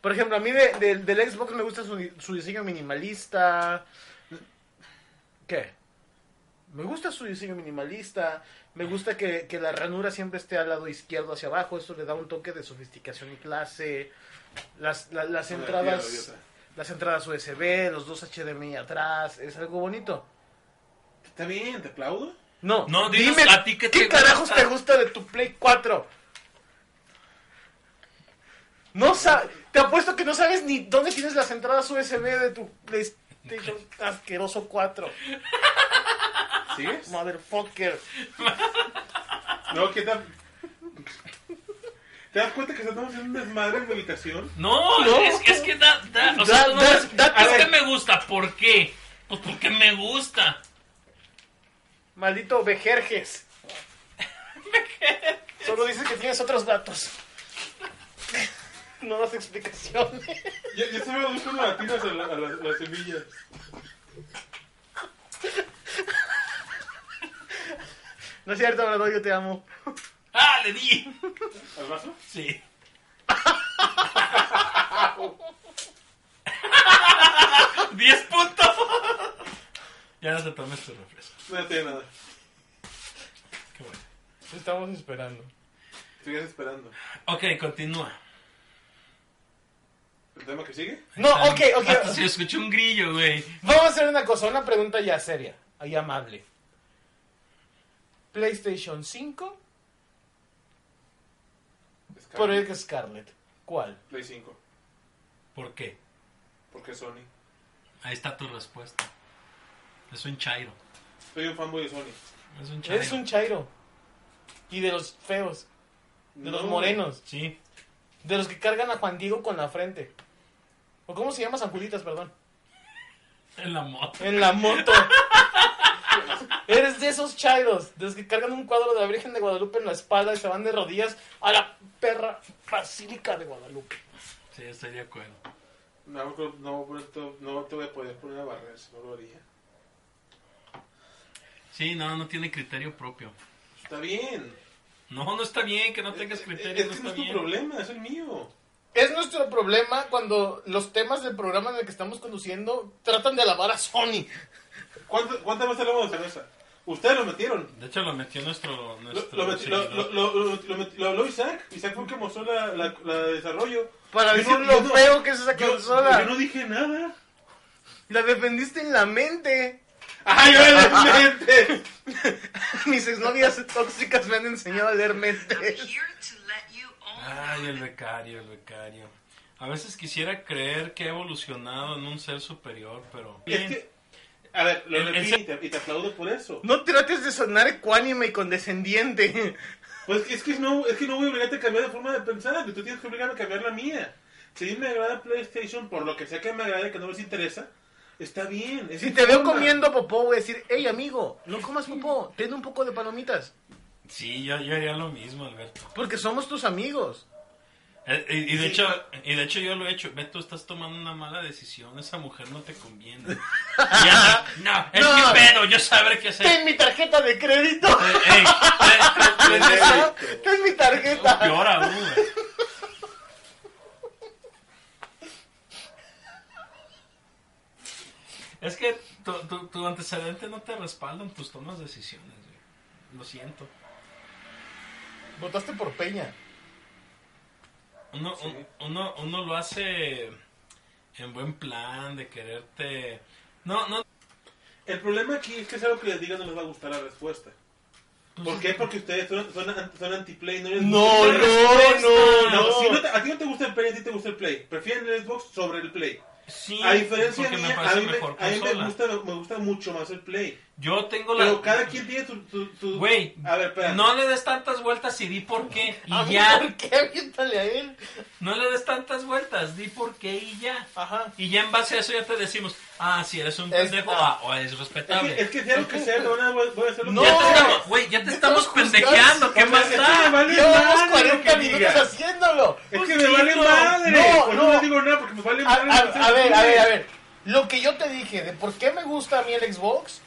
Por ejemplo, a mí de- de- del Xbox me gusta su, su diseño minimalista. ¿Qué? Me gusta su diseño minimalista. Me gusta que, que la ranura siempre esté al lado izquierdo hacia abajo. Eso le da un toque de sofisticación y clase. Las, la- las
Una
entradas.
tía odiosa.
las entradas USB, los dos HDMI atrás, es algo bonito.
Está bien, te aplaudo.
No,
No, dinos
dime,
a ti qué
¿qué,
te gusta.
carajos te gusta de tu Play 4? No sabes, te apuesto que no sabes ni dónde tienes las entradas USB de tu PlayStation asqueroso 4.
¿Sigues?
Motherfucker.
No, ¿qué tal? ¿Te das cuenta que estamos haciendo un desmadre en mi habitación?
No, Es, es que da, da, o sea,
Da-
no,
da-
es,
da-
es que me gusta, ¿por qué? Pues porque me gusta.
Maldito Bejerjes. Solo dices que tienes otros datos. No das explicaciones.
Ya, ya se me gustan las latinas a, la- a las, las semillas.
No es cierto, Brado, yo te amo.
Ah, le di.
¿Al vaso?
Sí. Diez puntos.
Ya no te tomes tu refresco.
No tiene nada.
Qué bueno.
Te estamos esperando.
Sigues esperando.
Ok, continúa.
¿El tema que sigue?
No, ok,
Ah,
Hasta
ok.
se escuchó un grillo, güey.
Vamos a hacer una cosa, una pregunta ya seria y amable. PlayStation 5
Scarlet.
por el Scarlet. ¿Cuál?
Play 5.
¿Por qué?
Porque Sony.
Ahí está tu respuesta. Es un chairo.
Soy un fanboy de Sony.
Es un chairo.
Eres un chairo. Y de los feos, de los
No.
morenos,
Sí.
de los que cargan a Juan Diego con la frente. ¿O cómo se llama San Julitas, perdón?
En la moto.
En la moto. Eres de esos chairos, de los que cargan un cuadro de la Virgen de Guadalupe en la espalda y se van de rodillas a la perra basílica de Guadalupe.
Sí, estoy de acuerdo.
No, no, no, no, no te voy a poder poner a barrer, si no lo haría.
Sí, no, no tiene criterio propio.
Está bien. Eh,
No, no está bien que no tengas criterio.
Es
No
que
está
no es tu
bien.
problema, es el mío.
Es nuestro problema cuando los temas del programa en el que estamos conduciendo tratan de alabar a Sony.
¿Cuánto- ¿Cuántas veces hablamos de cerveza? Ustedes lo metieron.
De hecho, lo metió nuestro.
Lo,
nuestro
lo, meti- lo,
seguidor.
lo, lo, lo meti- lo habló Isaac. Isaac fue el que mostró la, la, la de desarrollo.
Para
Yo
decir
no-
lo
yo no-
feo que es esa
yo-
consola.
Yo no dije nada.
La defendiste en la mente.
¡Ay, obviamente!
Mis exnovias tóxicas me han enseñado a leer mentes.
Ay, el becario, el becario. A veces quisiera creer que he evolucionado en un ser superior, pero.
es que, a ver, lo
El- el
repito y te, y te aplaudo por eso.
No trates de sonar ecuánime y condescendiente.
Pues es que no, es que no voy a obligarte a cambiar de forma de pensar. Tú tienes que obligarme a cambiar la mía. Si a mí me agrada PlayStation, por lo que sea que me agrade, que no les interesa, está bien. es
Si
mi
te veo
forma.
comiendo popó, voy a decir, hey amigo, no comas popó, ten un poco de palomitas,
Sí, yo, yo haría lo mismo, Alberto.
porque somos tus amigos.
Eh, Y, y de
Sí.
hecho, y de hecho yo lo he hecho. Beto, estás tomando una mala decisión. Esa mujer no te conviene. Ya, no, es
No.
mi pedo. Yo sabré qué hacer.
Ten mi tarjeta de crédito.
Eh, ey, eh, eh, eh,
Ah, Ten mi tarjeta.
Peor aún, güey. Es que tu, tu- tu antecedente no te respalda en tus tomas de decisiones, güey. Lo siento.
Votaste por Peña.
Uno, un- uno, uno lo hace en buen plan, de quererte... No, no.
El problema aquí es que es algo que les digas no les va a gustar la respuesta. ¿Por qué? Porque ustedes son, son, an- son anti-play, Pues no les gusta el Play.
no,
No, si no te- a ti no te gusta el Play, a ti te gusta el Play. Prefieren el Xbox sobre el Play.
Sí,
a diferencia
porque
mía,
me
a
parece
mí, me,
mejor
a mí me
consola.
gusta, me gusta mucho más el Play.
Yo tengo la...
Pero cada quien tiene su... su- su-
Güey,
A ver, espera.
no le des tantas vueltas y di por qué.
Ah,
Y ya.
¿Por qué? Aviéntale a él.
No le des tantas vueltas, di por qué y ya.
Ajá.
Y ya en base a eso ya te decimos, ah, si eres un
Es-
pendejo,
ah.
ah, o eres
Es que, es
respetable.
que sea lo que sea, no, no, voy voy a hacer lo
No.
que
Ya te
sea.
estamos, güey, ya te estamos pendejeando, ¿qué
O sea,
más
es que
da?
me vale
Llevamos
madre lo
40
que
minutos
digas.
haciéndolo.
Es que me vale madre.
No,
Por
no.
eso no digo nada, porque me vale
A,
madre.
a- a ver, a ver, a ver. Lo que yo te dije de por qué me gusta a mí el Xbox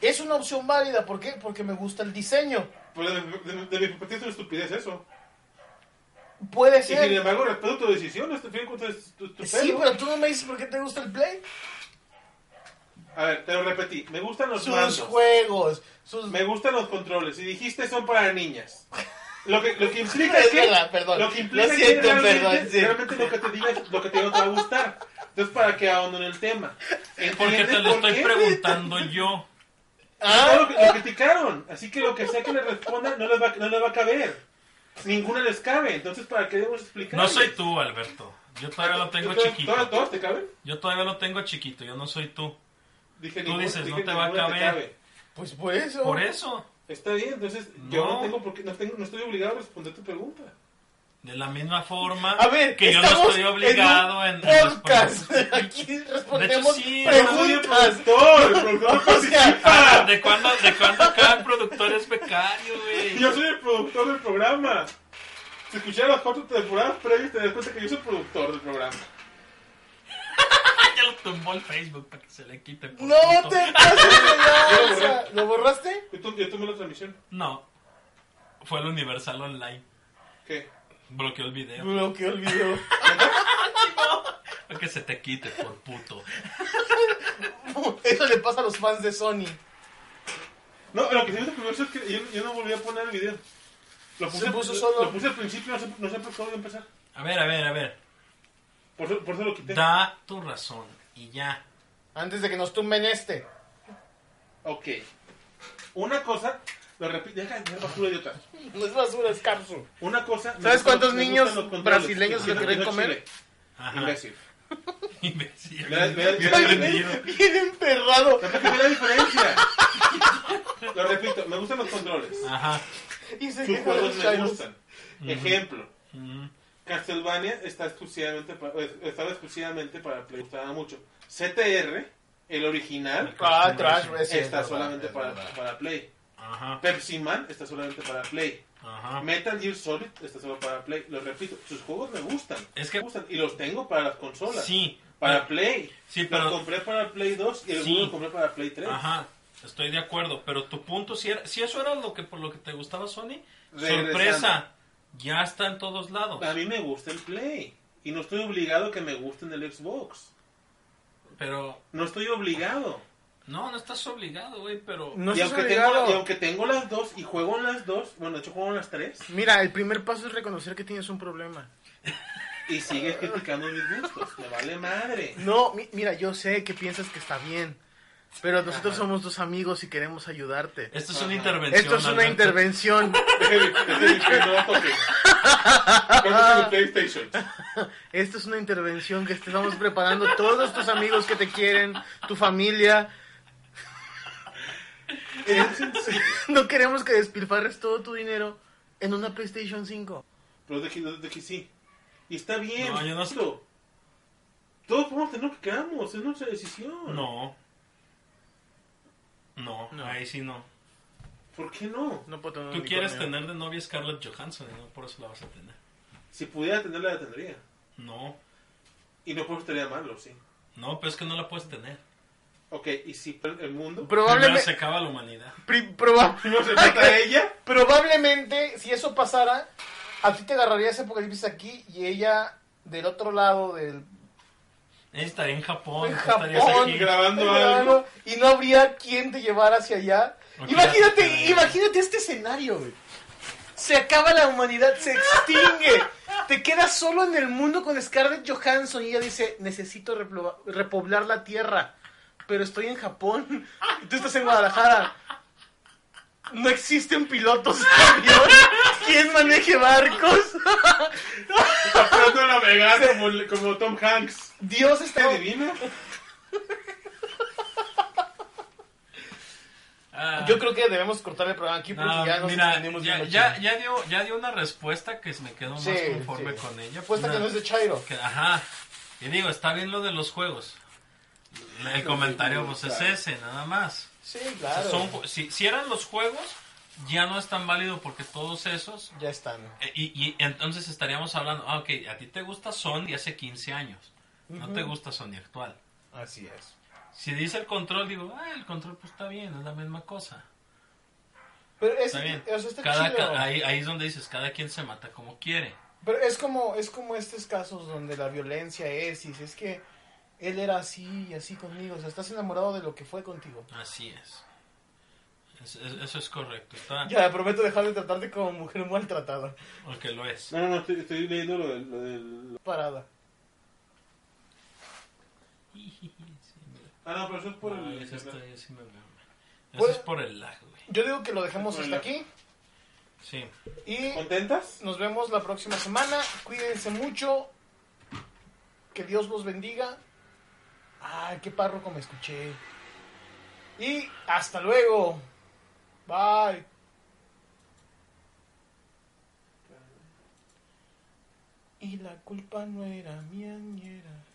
es una opción válida. ¿Por qué? Porque me gusta el diseño.
Pues de, de- de mi perspectiva es una estupidez eso.
Puede
Y sin
ser.
embargo, respeto tu decisión, este fin de cuentas es tu, tu
Sí,
pedo.
pero tú no me dices por qué te gusta el Play.
A ver, te lo repetí. Me gustan los
Sus
mandos.
juegos, sus...
Me gustan los controles. Y dijiste son para niñas. Lo que, lo que implica
Es
es que...
verdad, perdón.
Lo que implica
Lo
es que
siento,
realmente,
perdón, sí.
realmente lo que te diga es lo que te digo te va a gustar. Entonces, ¿para qué ahondo en el tema?
Porque
¿Entiendes
te lo
por
estoy
qué?
preguntando yo.
Ah,
Claro que lo criticaron. Así que lo que sea que le responda no les va, no les va a caber. Ninguna les cabe. Entonces, ¿para qué debemos explicar?
No soy tú, Alberto. Yo todavía lo tengo
¿Todos,
chiquito.
todos te caben?
Yo todavía lo tengo chiquito, yo no soy tú.
Dije,
Tú
ninguna-
dices, no
dije,
te va a
ninguna
caber.
Pues por eso.
Por eso.
Está bien, entonces yo
No.
no tengo por qué, no, tengo, no estoy obligado a responder tu pregunta.
De la misma forma
A ver,
que yo no
estamos
estoy obligado en,
en un
en los
podcast.
programas.
Aquí respondemos
sí,
preguntas.
Doctor, el productor
O sea,
Ah, ¿De cuándo, de cuándo acá el productor es becario, güey?
Yo soy el productor del programa. Si escucharas las cuatro temporadas previas, te das cuenta que yo soy el productor del programa.
Ah, ya lo tumbó el Facebook para que se le quite. por
no
puto.
te pases de lanza. ¿Lo borraste?
Yo, tu- yo tomé la transmisión.
No. Fue el Universal Online.
¿Qué?
Bloqueó el video.
Bloqueó el video.
Para que se te quite, por puto.
Eso le pasa a los fans de Sony.
No, lo que sí me curioso es que yo, yo no volví a poner el video. Lo
Se
puse,
puso
lo-
solo.
lo puse al principio, no sé, no sé por qué volví a empezar.
A ver, a ver, a ver.
Por eso, por eso lo quité.
Da tu razón y ya.
Antes de que nos tumben este.
Ok. Una cosa, lo repito, deja de ser basura idiota.
No es basura, es Capsu.
Una cosa. me
¿Sabes
gustan-
cuántos
me
niños
gustan los controles.
brasileños se
Quiero-
creen
quiero
comer?
chile.
Ajá.
Imbécil.
Imbécil.
Me da- me da-
Bien
me da-
prendido.
Bien emperrado.
¿Sabes qué es la diferencia? Lo repito, me gustan los controles.
Ajá.
Y se
Sus
queja de los
juegos me
Shinos.
gustan. Ejemplo,
Mm.
Castlevania está exclusivamente para, estaba exclusivamente para Play, gustaba mucho. CTR, el original,
Ah, trash, es cierto,
está
verdad,
solamente
es
para,
verdad.
para Play.
Ajá.
Pepsi Man está solamente para Play.
Ajá.
Metal Gear Solid está solo para Play. Lo repito, sus juegos me gustan.
Es que-
Me gustan y los tengo para las consolas.
Sí.
Para Play.
Sí, pero-
Los compré para Play 2 y
Sí.
algunos los compré para Play 3.
Ajá, estoy de acuerdo, pero tu punto, si, era- si eso era lo que por lo que te gustaba Sony,
Regresando.
sorpresa, ya está en todos lados.
A mí me gusta el Play. Y no estoy obligado a que me gusten el Xbox.
Pero
No estoy obligado.
no, no estás obligado, güey, pero
No
y,
estás
aunque tengo, y
obligado.
aunque tengo las dos y juego en las dos, bueno, de hecho juego en las tres,
Mira, el primer paso es reconocer que tienes un problema.
y sigues criticando mis gustos. Me vale madre.
No, mi- mira, yo sé que piensas que está bien, pero nosotros somos dos amigos y queremos ayudarte.
esto es una
Ajá.
intervención.
Esto es una
Alberto.
intervención.
Con tu PlayStation.
Esto es una intervención que te estamos preparando todos tus amigos que te quieren, tu familia. No queremos que despilfarres todo tu dinero en una PlayStation 5.
Pero de que, de que sí. Y está bien.
No, yo no-
punto. Todos podemos tener lo que queramos. Es nuestra decisión.
No. No,
No.
ahí sí no.
¿Por qué no?
No puedo tener un
Tú quieres
unicornio.
tener de novia Scarlett Johansson y no por eso la vas a tener.
Si pudiera tenerla, la tendría.
No,
Y no por eso estaría malo, sí.
no, pero es que no la puedes tener.
Ok, y si per- el
Primero
mundo.
se
Probablemente,
acaba la humanidad.
pri- proba-
Primero se trata de ella.
probablemente, si eso pasara, a ti te agarraría ese apocalipsis aquí y ella del otro lado del
Ella estaría en Japón,
en
tú estarías
Japón
aquí.
grabando
grabando,
algo.
y no habría quien te llevara hacia allá.
Ok,
imagínate,
ya te-
imagínate este escenario, güey. Se acaba la humanidad, se extingue. te quedas solo en el mundo con Scarlett Johansson y ella dice, "Necesito replo- repoblar la tierra, pero estoy en Japón y tú estás en Guadalajara." No existen pilotos de avión. ¿Quién maneje barcos?
Está pronto a navegar como, como Tom Hanks.
Dios
¿Te
está
adivina?
Ah.
Yo creo que debemos cortar el programa aquí porque
Ah,
ya nos
mira,
entendimos
ya,
bien
ya, ya dio, ya dio una respuesta que me quedo
Sí,
más conforme
sí.
con ella.
Apuesta
Una-
que no es de Chairo.
que- ajá. Y digo, está bien lo de los juegos. El comentario pues es ese, nada más.
Sí,
O sea,
claro.
son ju- si, si eran los juegos, ya no es tan válido porque todos esos...
Ya están.
eh, Y, y entonces estaríamos hablando, ah, ok, a ti te gusta Sony hace 15 años, no te gusta Sony actual.
Así es.
Si dice el control, digo, ah, el control pues está bien, es la misma cosa.
Pero es,
Está bien.
o sea, está
Cada-
chido.
ca- ahí, ahí es donde dices, cada quien se mata como quiere.
Pero es como, es como estos casos donde la violencia es, y es que él era así y así conmigo. O sea, estás enamorado de lo que fue contigo.
Así es. Es- es- eso es correcto. Está
Ah. Ya, prometo dejar de tratarte como mujer maltratada.
porque lo es.
No, no, no, estoy, estoy leyendo lo del. lo del-
Parada.
Ah, no, pero eso es por
Ay,
el.
eso está- yo sí me veo. Eso
Pues-
es por el lag, güey.
Yo digo que lo dejemos hasta aquí.
Sí.
Y
¿Contentas?
nos vemos la próxima semana. Cuídense mucho. Que Dios los bendiga. Ay, qué párroco me escuché. Y hasta luego. Bye. Y la culpa no era mía ni era.